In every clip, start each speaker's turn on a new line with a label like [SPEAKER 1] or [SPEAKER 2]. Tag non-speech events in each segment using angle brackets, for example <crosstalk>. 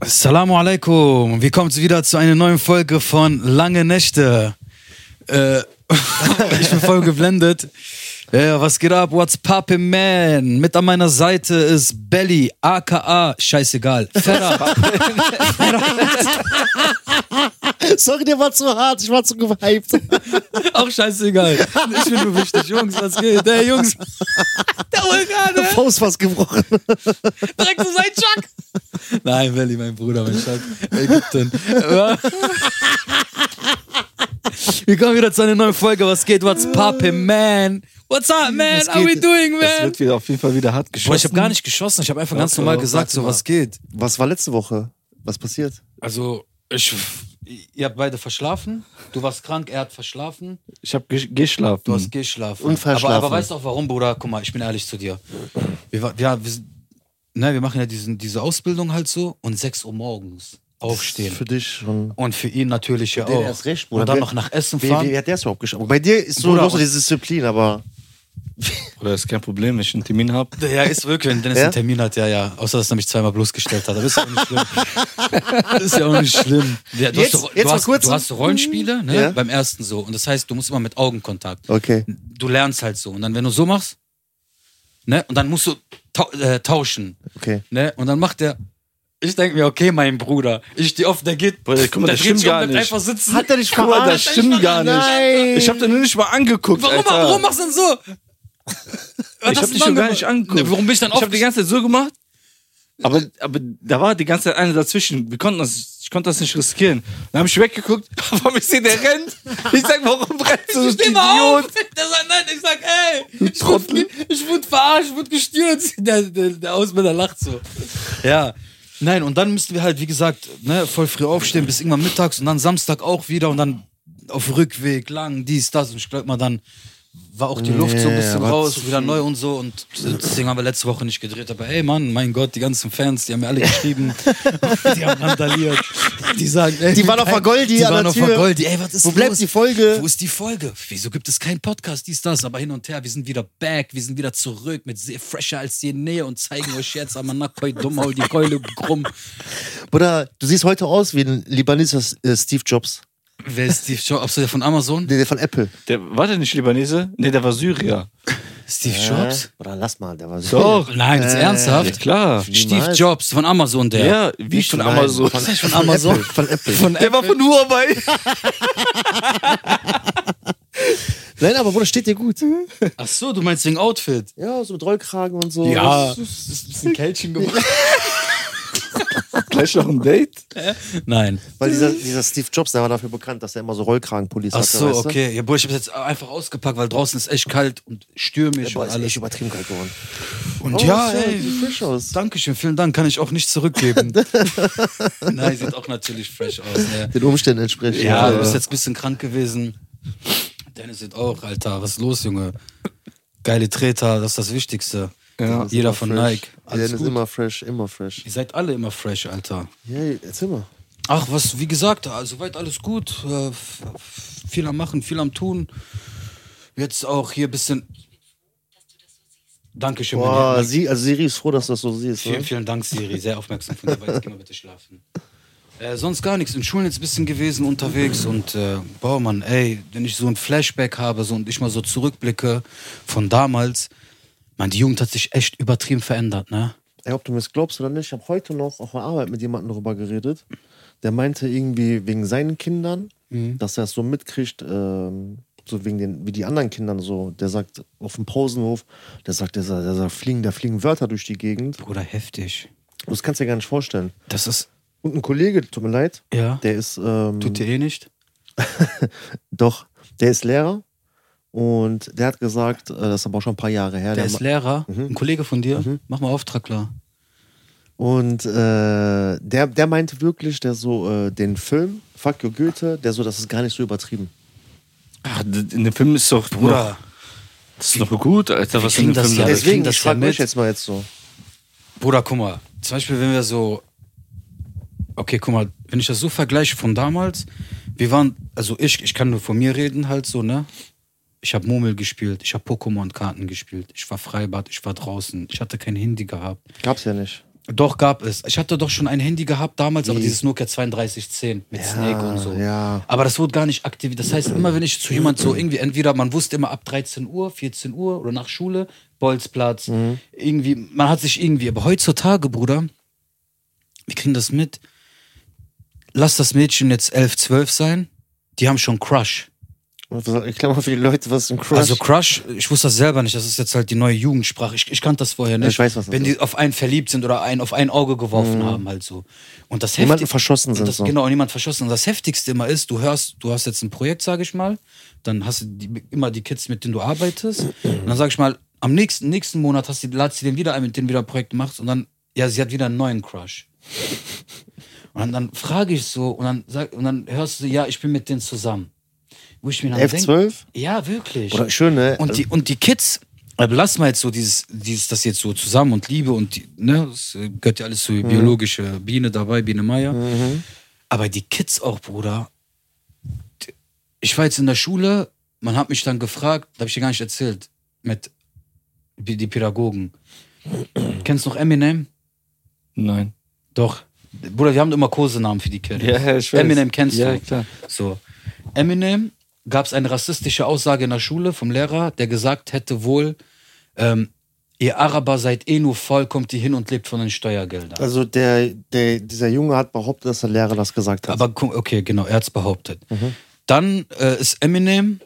[SPEAKER 1] Assalamu alaikum. Wir kommen wieder zu einer neuen Folge von Lange Nächte. Äh, <laughs> ich bin voll geblendet. Ja, was geht ab? What's poppin', man? Mit an meiner Seite ist Belly, aka, scheißegal. Ferrer.
[SPEAKER 2] Sorry, der war zu hart, ich war
[SPEAKER 1] <laughs>
[SPEAKER 2] zu gehypt.
[SPEAKER 1] Auch scheißegal. Ich bin nur wichtig. Jungs, was geht? Hey, Jungs. Der Organe.
[SPEAKER 2] Faust fast gebrochen.
[SPEAKER 1] Direkt so sein Chuck. <laughs> Nein, Belly, mein Bruder, mein Chuck. Ägypten. Ja. Wir kommen wieder zu einer neuen Folge. Was geht? What's poppin', man? What's up, man?
[SPEAKER 3] Es
[SPEAKER 1] How we
[SPEAKER 3] geht-
[SPEAKER 1] doing,
[SPEAKER 3] Das
[SPEAKER 1] man?
[SPEAKER 3] wird wieder auf jeden Fall wieder hart
[SPEAKER 1] Boah,
[SPEAKER 3] geschossen.
[SPEAKER 1] ich habe gar nicht geschossen. Ich habe einfach ganz
[SPEAKER 3] Okay,
[SPEAKER 1] normal
[SPEAKER 3] warte
[SPEAKER 1] gesagt, so
[SPEAKER 3] mal.
[SPEAKER 1] was geht.
[SPEAKER 2] Was war letzte Woche? Was passiert?
[SPEAKER 1] Also, ich, ihr habt beide verschlafen. Du warst krank, er hat verschlafen.
[SPEAKER 3] Ich hab ge geschlafen.
[SPEAKER 1] Du hast geschlafen.
[SPEAKER 2] Und verschlafen.
[SPEAKER 1] Aber, aber weißt du auch warum, Bruder? Guck mal, ich bin ehrlich zu dir. Wir, wa- ja, wir, sind- ne, wir machen ja diesen, diese Ausbildung halt so und 6 Uhr morgens aufstehen.
[SPEAKER 2] Für dich schon.
[SPEAKER 1] Und für ihn natürlich ja
[SPEAKER 2] den
[SPEAKER 1] auch.
[SPEAKER 2] erst recht, Bruder.
[SPEAKER 1] Oh. Und dann
[SPEAKER 2] Wer-
[SPEAKER 1] noch nach Essen
[SPEAKER 2] Wie,
[SPEAKER 1] fahren.
[SPEAKER 2] wie hat der es überhaupt geschafft? Bei dir ist so
[SPEAKER 1] Bruder,
[SPEAKER 2] bloß
[SPEAKER 1] und-
[SPEAKER 2] diese Disziplin, aber
[SPEAKER 3] Oder ist kein Problem, wenn ich einen Termin hab.
[SPEAKER 1] Ja, ist wirklich, wenn Dennis
[SPEAKER 2] Ja?
[SPEAKER 1] einen Termin hat, ja, ja. Außer, dass er mich zweimal bloßgestellt hat. Aber ist ja auch nicht schlimm. ist ja auch nicht schlimm. Ja, du,
[SPEAKER 2] Jetzt-
[SPEAKER 1] hast, doch-
[SPEAKER 2] jetzt
[SPEAKER 1] du,
[SPEAKER 2] vor
[SPEAKER 1] hast,
[SPEAKER 2] kurzem-
[SPEAKER 1] du hast Rollenspiele ne?
[SPEAKER 2] Ja.
[SPEAKER 1] beim ersten so. Und das heißt, du musst immer mit Augenkontakt.
[SPEAKER 2] okay.
[SPEAKER 1] Du lernst halt so. Und dann, wenn du so machst, ne? und dann musst du tau äh, tauschen.
[SPEAKER 2] Okay.
[SPEAKER 1] Ne? Und dann macht der. Ich denke mir, okay, mein Bruder, ich stehe auf, der geht.
[SPEAKER 3] Bruder, guck mal,
[SPEAKER 1] der
[SPEAKER 3] das
[SPEAKER 1] dreht sich
[SPEAKER 3] stimmt gar
[SPEAKER 1] um, bleibt
[SPEAKER 3] nicht.
[SPEAKER 1] einfach sitzen.
[SPEAKER 2] Hat er dich
[SPEAKER 3] Guck mal, das
[SPEAKER 2] verarscht?
[SPEAKER 3] stimmt gar nicht.
[SPEAKER 2] Nein.
[SPEAKER 3] Ich hab den nur nicht mal angeguckt.
[SPEAKER 1] warum,
[SPEAKER 3] Alter.
[SPEAKER 1] warum machst du denn so? Was
[SPEAKER 3] Ich
[SPEAKER 1] hast
[SPEAKER 3] hab
[SPEAKER 1] du dann
[SPEAKER 3] dich schon gar
[SPEAKER 1] gemacht?
[SPEAKER 3] nicht angeguckt.
[SPEAKER 1] Ne, Warum bin ich dann
[SPEAKER 3] Ich hab die
[SPEAKER 1] aufgestanden?
[SPEAKER 3] ganze Zeit so gemacht. Aber, aber da war die ganze Zeit einer dazwischen. Wir konnten das, ich konnte das nicht riskieren. Dann hab ich weggeguckt. <laughs> Warum ich sehe, der rennt. Ich sag, warum rennst du?
[SPEAKER 1] Steh mal auf! Der sagt, nein, ich sag, ey, ich wurde, ich wurde verarscht, ich wurde gestürzt. Der, der, der Ausbilder lacht so. Ja. Nein, und dann müssten wir halt, wie gesagt, ne, voll früh aufstehen, bis irgendwann mittags und dann Samstag auch wieder und dann auf Rückweg, lang, dies, das und ich glaube mal dann war auch die Luft so ein
[SPEAKER 2] Ja,
[SPEAKER 1] bisschen
[SPEAKER 2] war
[SPEAKER 1] raus,
[SPEAKER 2] zu
[SPEAKER 1] wieder neu und so und deswegen haben wir letzte Woche nicht gedreht, aber ey Mann, mein Gott, die ganzen Fans, die haben mir alle geschrieben,
[SPEAKER 2] <laughs>
[SPEAKER 1] die haben randaliert, die sagen, ey,
[SPEAKER 2] Die waren auf der Goldi
[SPEAKER 1] die
[SPEAKER 2] an
[SPEAKER 1] waren
[SPEAKER 2] der
[SPEAKER 1] auf der
[SPEAKER 2] Tür.
[SPEAKER 1] Goldi, ey, was ist
[SPEAKER 2] Wo bleibt
[SPEAKER 1] los?
[SPEAKER 2] die Folge?
[SPEAKER 1] Wo ist die Folge? Wieso gibt es keinen Podcast, dies, das, aber hin und her, wir sind wieder back, wir sind wieder zurück mit sehr fresher als je Nähe und zeigen euch jetzt am Anakoi Dummhaul die Keule krumm.
[SPEAKER 2] Bruder, du siehst heute aus wie ein libaneser äh, Steve Jobs.
[SPEAKER 1] Wer ist Steve Jobs? Absolut von Amazon?
[SPEAKER 2] Nee, der von Apple.
[SPEAKER 3] Der, war der nicht Libanese? Nee, der war Syrier.
[SPEAKER 1] Steve
[SPEAKER 2] Ja,
[SPEAKER 1] Jobs? Oh,
[SPEAKER 2] Bruder, lass mal, der war
[SPEAKER 3] Doch.
[SPEAKER 1] Nein, das ist
[SPEAKER 3] Ja,
[SPEAKER 1] ernsthaft?
[SPEAKER 3] klar.
[SPEAKER 1] Steve
[SPEAKER 2] niemals.
[SPEAKER 1] Jobs, von Amazon der.
[SPEAKER 3] Ja, wie schon
[SPEAKER 2] Nein,
[SPEAKER 3] Amazon.
[SPEAKER 2] Von,
[SPEAKER 1] ich von Amazon?
[SPEAKER 2] Apple, von Apple.
[SPEAKER 1] Von
[SPEAKER 3] Der war von Huawei.
[SPEAKER 2] Nein, aber Bruder, steht dir gut.
[SPEAKER 1] Ach so, du meinst wegen Outfit?
[SPEAKER 2] Ja, so mit Rollkragen und so.
[SPEAKER 1] Ja. Das ist ein bisschen Kältchen gemacht.
[SPEAKER 3] <laughs> Gleich noch ein Date.
[SPEAKER 1] Nein.
[SPEAKER 2] Weil dieser, dieser Steve Jobs, der war dafür bekannt, dass er immer so Rollkragenpullis
[SPEAKER 1] Ach
[SPEAKER 2] hatte.
[SPEAKER 1] so,
[SPEAKER 2] weißt du?
[SPEAKER 1] okay. Ja, Bruder, ich hab's jetzt einfach ausgepackt, weil draußen ist echt kalt und
[SPEAKER 2] Der
[SPEAKER 1] stürmisch
[SPEAKER 2] Boy
[SPEAKER 1] und
[SPEAKER 2] ist echt
[SPEAKER 1] alles.
[SPEAKER 2] übertrieben kalt geworden.
[SPEAKER 1] Und
[SPEAKER 2] Oh,
[SPEAKER 1] ja,
[SPEAKER 2] so,
[SPEAKER 1] ey.
[SPEAKER 2] Sieht frisch aus.
[SPEAKER 1] Dankeschön, vielen Dank, kann ich auch nicht
[SPEAKER 2] <laughs>
[SPEAKER 1] zurückgeben. Nein, sieht auch natürlich fresh aus. Ne?
[SPEAKER 2] Den Umständen entsprechend.
[SPEAKER 1] Ja, du bist jetzt ein bisschen krank gewesen. Dennis sieht auch, Alter, was ist los, Junge? Geile Treter, das ist das Wichtigste.
[SPEAKER 3] Ja.
[SPEAKER 2] Ist
[SPEAKER 1] Jeder
[SPEAKER 2] immer
[SPEAKER 1] von
[SPEAKER 2] fresh.
[SPEAKER 1] Nike. Alles
[SPEAKER 2] Alles ist
[SPEAKER 1] gut.
[SPEAKER 2] immer fresh, immer fresh.
[SPEAKER 1] Ihr seid alle immer fresh, Alter.
[SPEAKER 2] Ja, erzähl mal.
[SPEAKER 1] Ach, was, wie gesagt, äh, soweit alles gut. Äh, f- f- viel am Machen, viel am Tun. Jetzt auch hier ein bisschen. Dankeschön, mein Lieber.
[SPEAKER 2] Boah, sie, also Siri ist froh, dass du das so siehst.
[SPEAKER 1] Vielen,
[SPEAKER 2] Ne?
[SPEAKER 1] vielen Dank, Siri. Sehr aufmerksam von dir. Aber jetzt geh mal bitte schlafen. Äh, sonst gar nichts. In Schulen jetzt ein bisschen gewesen, unterwegs. Und äh, boah, Mann, ey, wenn ich so ein Flashback habe so, und ich mal so zurückblicke von damals, man, die Jugend hat sich echt übertrieben verändert, ne?
[SPEAKER 2] Ey, ob du mir das glaubst oder nicht, ich habe heute noch auf der Arbeit mit jemandem darüber geredet. Der meinte irgendwie wegen seinen Kindern,
[SPEAKER 1] Mhm.
[SPEAKER 2] dass er es so mitkriegt, ähm, so wegen den, wie die anderen Kindern so. Der sagt auf dem Pausenhof, der sagt, der sagt, der sagt fliegen, da fliegen Wörter durch die Gegend.
[SPEAKER 1] Bruder, heftig.
[SPEAKER 2] Das kannst du dir gar nicht vorstellen.
[SPEAKER 1] Das ist.
[SPEAKER 2] Und ein Kollege, tut mir leid,
[SPEAKER 1] Ja.
[SPEAKER 2] der ist, ähm,
[SPEAKER 1] Tut dir eh nicht?
[SPEAKER 2] doch, der ist Lehrer und der hat gesagt, äh, das ist aber auch schon ein paar Jahre her.
[SPEAKER 1] Der
[SPEAKER 2] der
[SPEAKER 1] ist
[SPEAKER 2] ma-
[SPEAKER 1] Lehrer, ein Kollege von dir. Mach mal Auftrag klar.
[SPEAKER 2] Und äh, der, der meinte wirklich, der so äh, den Film, Fuck your Goethe, der so, das ist gar nicht so übertrieben.
[SPEAKER 3] Ach, Ah, d- in dem Film ist doch.
[SPEAKER 1] Bruder,
[SPEAKER 3] Das ist noch gut, Alter, was
[SPEAKER 1] kriegen
[SPEAKER 3] in dem
[SPEAKER 1] das
[SPEAKER 3] Film
[SPEAKER 1] ja
[SPEAKER 3] da
[SPEAKER 1] wir
[SPEAKER 3] ist.
[SPEAKER 1] kriegen
[SPEAKER 2] Deswegen,
[SPEAKER 1] das
[SPEAKER 2] ich
[SPEAKER 1] ja
[SPEAKER 2] frage
[SPEAKER 1] mit.
[SPEAKER 2] mich jetzt mal jetzt so.
[SPEAKER 1] Bruder, guck mal. Zum Beispiel, wenn wir so. Okay, guck mal, wenn ich das so vergleiche von damals, wir waren, also ich, ich kann nur von mir reden halt so, ne? Ich habe Murmel gespielt, ich habe Pokémon-Karten gespielt, ich war Freibad, ich war draußen, ich hatte kein Handy gehabt.
[SPEAKER 2] Gab's ja nicht.
[SPEAKER 1] Doch, gab es. Ich hatte doch schon ein Handy gehabt damals, aber dieses Nokia 3210 mit Snake und so.
[SPEAKER 2] ja.
[SPEAKER 1] Aber das wurde gar nicht aktiviert. Das heißt, immer wenn ich zu jemand so irgendwie, entweder man wusste immer ab 13 Uhr, 14 Uhr oder nach Schule, Bolzplatz, irgendwie, man hat sich irgendwie, aber heutzutage, Bruder, wir kriegen das mit, lass das Mädchen jetzt 11, 12 sein, die haben schon Crush.
[SPEAKER 2] Was- Ich glaube mal für die Leute, was ist ein Crush?
[SPEAKER 1] Also Crush, ich wusste das selber nicht, das ist jetzt halt die neue Jugendsprache. Ich, ich kannte das vorher nicht.
[SPEAKER 2] ich weiß, was das
[SPEAKER 1] Wenn die auf einen verliebt sind oder einen auf ein Auge geworfen haben, halt so. Und das
[SPEAKER 2] Jemanden
[SPEAKER 1] Heftig-
[SPEAKER 2] verschossen
[SPEAKER 1] und
[SPEAKER 2] sind
[SPEAKER 1] Das,
[SPEAKER 2] so.
[SPEAKER 1] Genau, und jemand verschossen. Und das Heftigste immer ist, du hörst, du hast jetzt ein Projekt, sage ich mal, dann hast du die, immer die Kids, mit denen du arbeitest. Und dann sag ich mal, am nächsten, nächsten Monat hast du, ladst du den wieder ein, mit dem du wieder ein Projekt machst und dann, ja, sie hat wieder einen neuen Crush. Und dann, dann frage ich so und dann, sag, und dann hörst du, ja, ich bin mit denen zusammen. Wo ich mir dann denk-
[SPEAKER 2] F12?
[SPEAKER 1] ja, wirklich.
[SPEAKER 2] Oder schön, ne?
[SPEAKER 1] Und die, und die Kids, äh, lass mal jetzt so dieses, dieses, das jetzt so zusammen und Liebe und die, ne, das äh, gehört ja alles zu biologische Biene dabei, Biene Meier. Aber die Kids auch, Bruder. Die- Ich war jetzt in der Schule, man hat mich dann gefragt, da habe ich dir gar nicht erzählt, mit die die Pädagogen. Kennst du noch Eminem?
[SPEAKER 3] Nein.
[SPEAKER 1] Doch. Bruder, wir haben immer Kosenamen für die Kids.
[SPEAKER 3] Ja, ich weiß.
[SPEAKER 1] Eminem kennst
[SPEAKER 3] Ja,
[SPEAKER 1] du.
[SPEAKER 3] klar.
[SPEAKER 1] So. Eminem gab es eine rassistische Aussage in der Schule vom Lehrer, der gesagt hätte wohl, ähm, ihr Araber seid eh nur voll, kommt die hin und lebt von den Steuergeldern.
[SPEAKER 2] Also der, der, dieser Junge hat behauptet, dass der Lehrer das gesagt hat.
[SPEAKER 1] Aber gu- okay, genau, er hat es behauptet.
[SPEAKER 3] Mhm.
[SPEAKER 1] Dann äh, ist Eminem,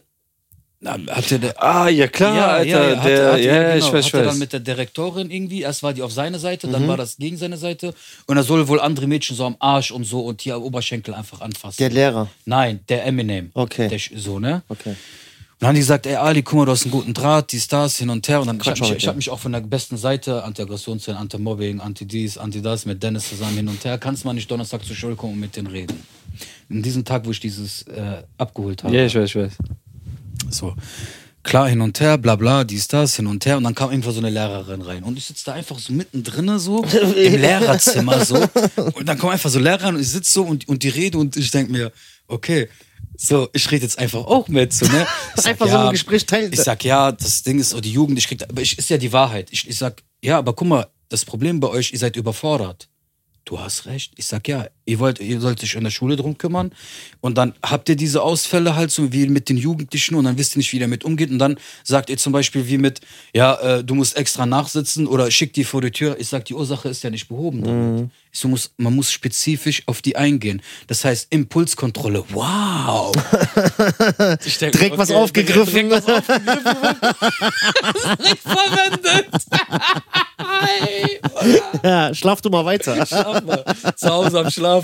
[SPEAKER 1] na, hatte der,
[SPEAKER 3] Ah, ja klar, Alter.
[SPEAKER 1] hatte-
[SPEAKER 3] der,
[SPEAKER 1] hatte-
[SPEAKER 3] ja,
[SPEAKER 1] genau,
[SPEAKER 3] ich weiß, ich
[SPEAKER 1] hatte dann
[SPEAKER 3] weiß. Mhm.
[SPEAKER 1] mit der Direktorin irgendwie, erst war die auf seine Seite, dann war das gegen seine Seite und er soll wohl andere Mädchen so am Arsch und so und hier am Oberschenkel einfach anfassen.
[SPEAKER 2] der Lehrer.
[SPEAKER 1] Nein, der Eminem.
[SPEAKER 2] Okay.
[SPEAKER 1] Der, Sch- so, ne?
[SPEAKER 2] Okay.
[SPEAKER 1] Und dann haben die gesagt, ey Ali, guck mal, du hast einen guten Draht, die Stars hin und her. Und dann ich
[SPEAKER 2] Quatsch
[SPEAKER 1] hab mich,
[SPEAKER 2] mal mit
[SPEAKER 1] ich hab mich auch von der besten Seite, Anti-Aggressionszellen, Anti-Mobbing, Anti-Dies, Anti-Das, mit Dennis zusammen hin und her. Kannst mal nicht Donnerstag zur Schule kommen und mit denen reden. An diesem Tag, wo ich dieses äh, abgeholt habe.
[SPEAKER 3] Ja, ich weiß, ich weiß.
[SPEAKER 1] So. Klar, hin und her, bla bla, dies, das, hin und her. Und dann kam irgendwann so eine Lehrerin rein. Und ich sitze da einfach so mittendrin, so
[SPEAKER 2] <laughs>
[SPEAKER 1] im Lehrerzimmer so. Und dann kommen einfach so Lehrer und ich sitze so und, und die rede und ich denke mir, okay, so, ich rede jetzt einfach auch mit. So,
[SPEAKER 2] <laughs>
[SPEAKER 1] ne? Ich sag,
[SPEAKER 2] Einfach so ein Gespräch teilen.
[SPEAKER 1] Ich sag, ja, das Ding ist, oh, die Jugend, ich krieg, aber ich, ist ja die Wahrheit. Ich, ich sag, ja, aber guck mal, das Problem bei euch, ihr seid überfordert. Du hast recht. Ich sag ja, ihr wollt, ihr sollt euch in der Schule drum kümmern. Und dann habt ihr diese Ausfälle halt so wie mit den Jugendlichen und dann wisst ihr nicht, wie ihr damit umgeht. Und dann sagt ihr zum Beispiel wie mit, ja, äh, du musst extra nachsitzen oder schick die vor die Tür. Ich sag, die Ursache ist ja nicht behoben damit.
[SPEAKER 2] Mhm.
[SPEAKER 1] Ich so muss, man muss spezifisch auf die eingehen. Das heißt Impulskontrolle.
[SPEAKER 2] <laughs>
[SPEAKER 1] Wow. Ich denk,
[SPEAKER 2] Direkt was
[SPEAKER 1] okay,
[SPEAKER 2] aufgegriffen.
[SPEAKER 1] Direkt was aufgegriffen. direkt verwendet. Hey,
[SPEAKER 2] <laughs> Ja, schlaf du mal weiter.
[SPEAKER 1] Schlaf mal. Zu Hause am Schlafen.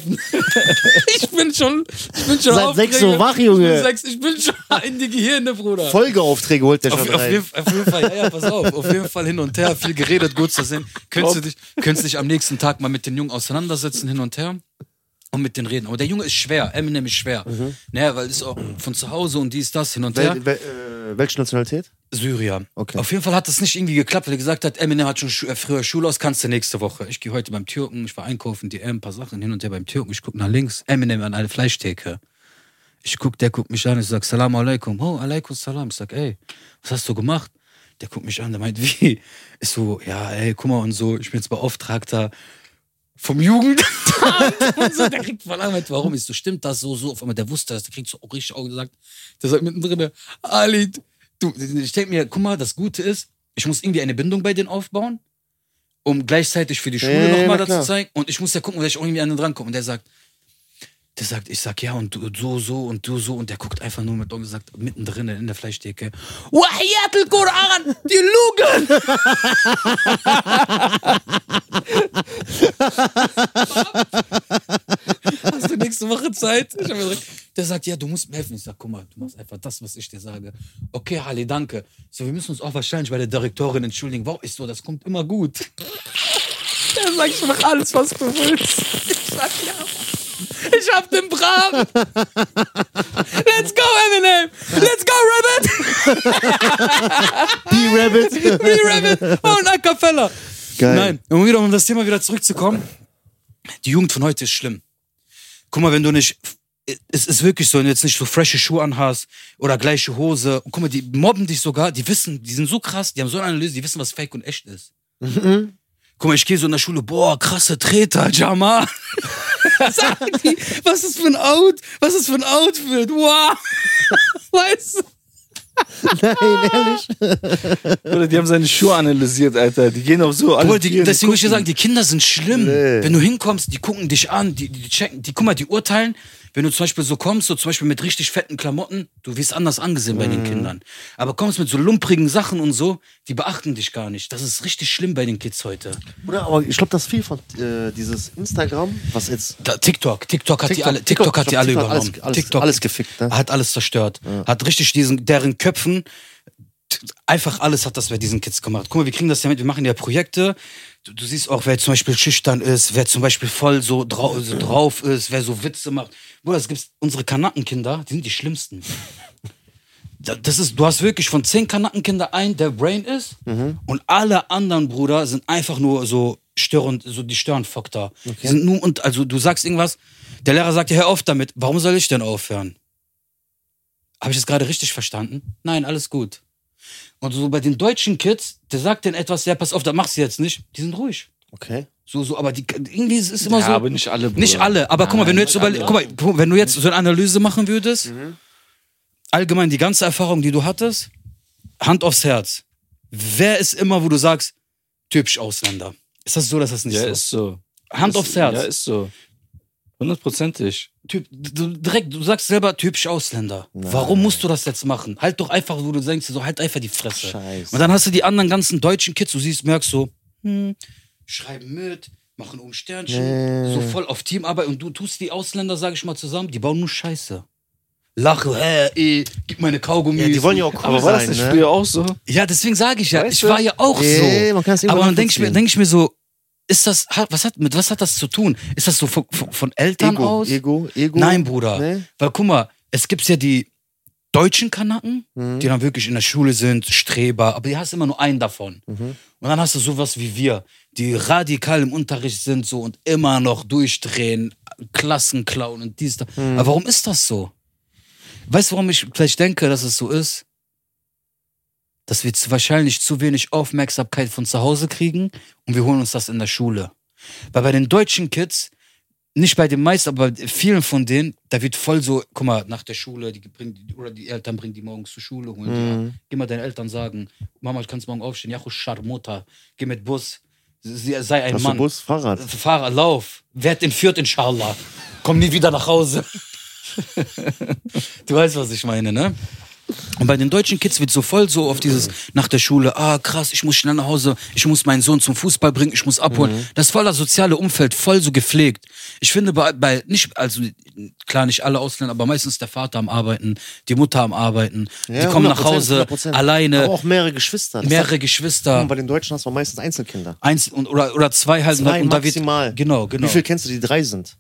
[SPEAKER 1] <laughs> Ich bin schon, ich bin schon
[SPEAKER 2] Seit
[SPEAKER 1] aufgeregt.
[SPEAKER 2] sechs Uhr wach, Junge.
[SPEAKER 1] Ich bin, sechs, ich bin schon <laughs> in die Gehirne, Bruder.
[SPEAKER 2] Folgeaufträge holt der schon
[SPEAKER 1] Auf, auf,
[SPEAKER 2] rein.
[SPEAKER 1] jeden, auf jeden Fall, ja, ja, pass auf. Auf jeden Fall hin und her, viel geredet, gut zu sehen. Könntest du dich, könntest dich am nächsten Tag mal mit den Jungen auseinandersetzen, hin und her und mit den reden. Aber der Junge ist schwer, Eminem ist schwer.
[SPEAKER 2] Mhm.
[SPEAKER 1] Naja, weil ist auch von zu Hause und dies, das, hin und her.
[SPEAKER 2] Wel, wel, äh, welche Nationalität?
[SPEAKER 1] Syrier.
[SPEAKER 2] Okay.
[SPEAKER 1] Auf jeden Fall hat das nicht irgendwie geklappt, weil er gesagt hat, Eminem hat schon schu äh, früher Schule aus, kannst du nächste Woche. Ich gehe heute beim Türken, ich war einkaufen, die äh, ein paar Sachen hin und her beim Türken, ich gucke nach links, Eminem an eine Fleischtheke. Ich guck, der guckt mich an, ich sag, Salam alaikum. Oh, alaikum salam. Ich sag, ey, was hast du gemacht? Der guckt mich an, der meint, <laughs> wie? Ich so, ja, ey, guck mal und so, ich bin jetzt Beauftragter vom Jugendamt <laughs> und so, der kriegt verlangt, warum ist so, stimmt das so, so, auf einmal, der wusste das, der kriegt so auch richtig Augen gesagt, der sagt mittendrin, Ali, du, ich denke mir, guck mal, das Gute ist, ich muss irgendwie eine Bindung bei denen aufbauen, um gleichzeitig für die Schule
[SPEAKER 2] Ja, ja,
[SPEAKER 1] nochmal
[SPEAKER 2] na
[SPEAKER 1] dazu
[SPEAKER 2] klar.
[SPEAKER 1] zeigen und ich muss ja gucken, dass ich auch irgendwie an den drankomme und der sagt, der sagt, ich sag ja und du so, so und du so und der guckt einfach nur mit und sagt, mittendrin in der Fleischdecke, Wahiyat al-Quran, die Lügen! Hast du nächste Woche Zeit? Ich hab mir gesagt, der sagt, ja, du musst mir helfen. Ich sag, guck mal, du machst einfach das, was ich dir sage. Okay, Ali, danke. So, wir müssen uns auch wahrscheinlich bei der Direktorin entschuldigen. Wow, ist so, das kommt immer gut. Der sagt, ich mach alles, was du willst. Ich sag, ja. Ich hab den Braten. Let's go, Eminem. Let's go, Rabbit. <laughs>
[SPEAKER 2] Die Rabbit.
[SPEAKER 1] Wie Rabbit Oh, und A Cappella.
[SPEAKER 2] Geil.
[SPEAKER 1] Nein, um wieder um das Thema wieder zurückzukommen. Die Jugend von heute ist schlimm. Guck mal, wenn du nicht. Es ist wirklich so, wenn du jetzt nicht so frische Schuhe anhast oder gleiche Hose. Und guck mal, die mobben dich sogar, die wissen, die sind so krass, die haben so eine Analyse, die wissen, was fake und echt ist. Guck mal, ich gehe so in der Schule, boah, krasse Treter, Jamal. Sagen die, was ist für ein Out, was ist für ein Outfit, wow. <laughs> Weißt du?
[SPEAKER 2] Nein, ehrlich.
[SPEAKER 3] Oder die haben seine Schuhe analysiert, Alter. Die gehen auch so. alle
[SPEAKER 1] Obwohl, die,
[SPEAKER 3] Tiere
[SPEAKER 1] deswegen würde ich dir
[SPEAKER 3] gucken.
[SPEAKER 1] sagen, die Kinder sind schlimm.
[SPEAKER 2] Nee.
[SPEAKER 1] Wenn du hinkommst, die gucken dich an, die, die checken, die, guck mal, die urteilen. Wenn du zum Beispiel so kommst, so zum Beispiel mit richtig fetten Klamotten, du wirst anders angesehen bei den Kindern. Aber kommst mit so lumprigen Sachen und so, die beachten dich gar nicht. Das ist richtig schlimm bei den Kids heute.
[SPEAKER 2] Bruder, aber ich glaube, das viel von äh, dieses Instagram, was jetzt.
[SPEAKER 1] Da, TikTok, TikTok hat die
[SPEAKER 2] TikTok,
[SPEAKER 1] alle, TikTok,
[SPEAKER 2] TikTok,
[SPEAKER 1] hat die
[SPEAKER 2] ich
[SPEAKER 1] alle
[SPEAKER 2] glaub, TikTok
[SPEAKER 1] übernommen.
[SPEAKER 2] alles- alles-
[SPEAKER 1] TikTok
[SPEAKER 2] alles gefickt, ne?
[SPEAKER 1] hat alles zerstört, hat richtig diesen deren Köpfen t- einfach alles hat das bei diesen Kids gemacht. Guck mal, wir kriegen das ja mit, wir machen ja Projekte. Du, du siehst auch, wer zum Beispiel schüchtern ist, wer zum Beispiel voll so, drau so drauf ist, wer so Witze macht. Bruder, es gibt unsere Kanackenkinder, die sind die schlimmsten. Da- Das ist, du hast wirklich von zehn Kanackenkinder einen, der Brain ist, und alle anderen Bruder sind einfach nur so störend, so die Störenfaktor. Die Sind nur und also du sagst irgendwas, der Lehrer sagt, dir, hör auf damit. Warum soll ich denn aufhören? Habe ich das gerade richtig verstanden? Nein, alles gut. Und so bei den deutschen Kids, der sagt denen etwas, ja, pass auf, das machst du jetzt nicht. Die sind ruhig.
[SPEAKER 2] Okay.
[SPEAKER 1] So, so, aber die, irgendwie ist es immer
[SPEAKER 3] Ja,
[SPEAKER 1] so.
[SPEAKER 3] aber nicht alle, Bruder.
[SPEAKER 1] Nicht alle, aber guck mal, wenn du
[SPEAKER 3] Nein,
[SPEAKER 1] jetzt
[SPEAKER 3] nicht
[SPEAKER 1] über,
[SPEAKER 3] alle. Mhm.
[SPEAKER 1] guck mal, guck mal, wenn du jetzt so eine Analyse machen würdest, allgemein die ganze Erfahrung, die du hattest, Hand aufs Herz. Wer ist immer, wo du sagst, typisch Ausländer? Ist das so, dass das nicht
[SPEAKER 3] Ja,
[SPEAKER 1] so
[SPEAKER 3] ist so.
[SPEAKER 1] Hand
[SPEAKER 3] ist,
[SPEAKER 1] aufs Herz.
[SPEAKER 3] Ja, ist so. Hundertprozentig.
[SPEAKER 1] Typ, du, direkt, du sagst selber typisch Ausländer. Warum musst du das jetzt machen? Halt doch einfach, wo du denkst, so halt einfach die Fresse.
[SPEAKER 2] Scheiße.
[SPEAKER 1] Und dann hast du die anderen ganzen deutschen Kids, du siehst, merkst so, hm, schreiben mit, machen um Sternchen,
[SPEAKER 2] Nee.
[SPEAKER 1] so voll auf Teamarbeit und du tust die Ausländer, sag ich mal, zusammen, die bauen nur Scheiße. Lache, hä, eh, gib meine Kaugummis.
[SPEAKER 2] Ja, die wollen ja auch cool
[SPEAKER 3] Aber war das
[SPEAKER 2] sein,
[SPEAKER 3] nicht
[SPEAKER 2] ne?
[SPEAKER 3] früher auch so?
[SPEAKER 1] Ja, deswegen sage ich ja,
[SPEAKER 3] Weißt
[SPEAKER 1] ich
[SPEAKER 3] du?
[SPEAKER 1] war ja auch
[SPEAKER 2] Nee,
[SPEAKER 1] so.
[SPEAKER 2] man kann's irgendwann
[SPEAKER 1] Aber dann denke ich, mir-
[SPEAKER 2] nachvollziehen.
[SPEAKER 1] denk ich mir so, ist das, hat- was hat, mit was hat das zu tun? Ist das so von, von, von Eltern
[SPEAKER 2] Ego,
[SPEAKER 1] aus?
[SPEAKER 2] Ego, Ego. ne?
[SPEAKER 1] Nein, Bruder.
[SPEAKER 2] Nee?
[SPEAKER 1] Weil guck mal, es gibt ja die deutschen Kanaken, die dann wirklich in der Schule sind, Streber, aber die hast immer nur einen davon. Und dann hast du sowas wie wir, die radikal im Unterricht sind so und immer noch durchdrehen, Klassen klauen und dies da. Aber warum ist das so? Weißt du, warum ich vielleicht denke, dass es so ist? Dass wir zu, wahrscheinlich zu wenig Aufmerksamkeit von zu Hause kriegen und wir holen uns das in der Schule. Weil bei den deutschen Kids, nicht bei den meisten, aber bei vielen von denen, da wird voll so, guck mal, nach der Schule, die bringen, oder die Eltern bringen die morgens zur Schule, holen die
[SPEAKER 2] Mhm.
[SPEAKER 1] ab. Geh mal deinen Eltern sagen, Mama, ich kann morgen aufstehen, ja, Charmota, geh mit Bus, sie- sei ein
[SPEAKER 2] Hast
[SPEAKER 1] Mann.
[SPEAKER 2] du Bus, Fahrrad?
[SPEAKER 1] Fahrer, lauf. Werd entführt, inshallah. Komm nie wieder nach Hause. du weißt, was ich meine, ne? Und bei den deutschen Kids wird so voll so auf dieses nach der Schule, ah krass, ich muss schnell nach Hause, ich muss meinen Sohn zum Fußball bringen, ich muss abholen.
[SPEAKER 2] Mhm.
[SPEAKER 1] Das voller soziale Umfeld voll so gepflegt. Ich finde bei, bei nicht also klar nicht alle Ausländer, aber meistens der Vater am arbeiten, die Mutter am arbeiten, die
[SPEAKER 2] Ja,
[SPEAKER 1] kommen nach
[SPEAKER 2] 100%,
[SPEAKER 1] Hause
[SPEAKER 2] 100%. Aber
[SPEAKER 1] alleine,
[SPEAKER 2] auch mehrere Geschwister. Das
[SPEAKER 1] mehrere
[SPEAKER 2] Hat,
[SPEAKER 1] Geschwister,
[SPEAKER 2] bei den Deutschen hast du meistens Einzelkinder.
[SPEAKER 1] eins und, oder oder zwei halt
[SPEAKER 2] Zwei
[SPEAKER 1] und da wird
[SPEAKER 2] maximal.
[SPEAKER 1] genau genau
[SPEAKER 2] Wie viel kennst du, die drei sind?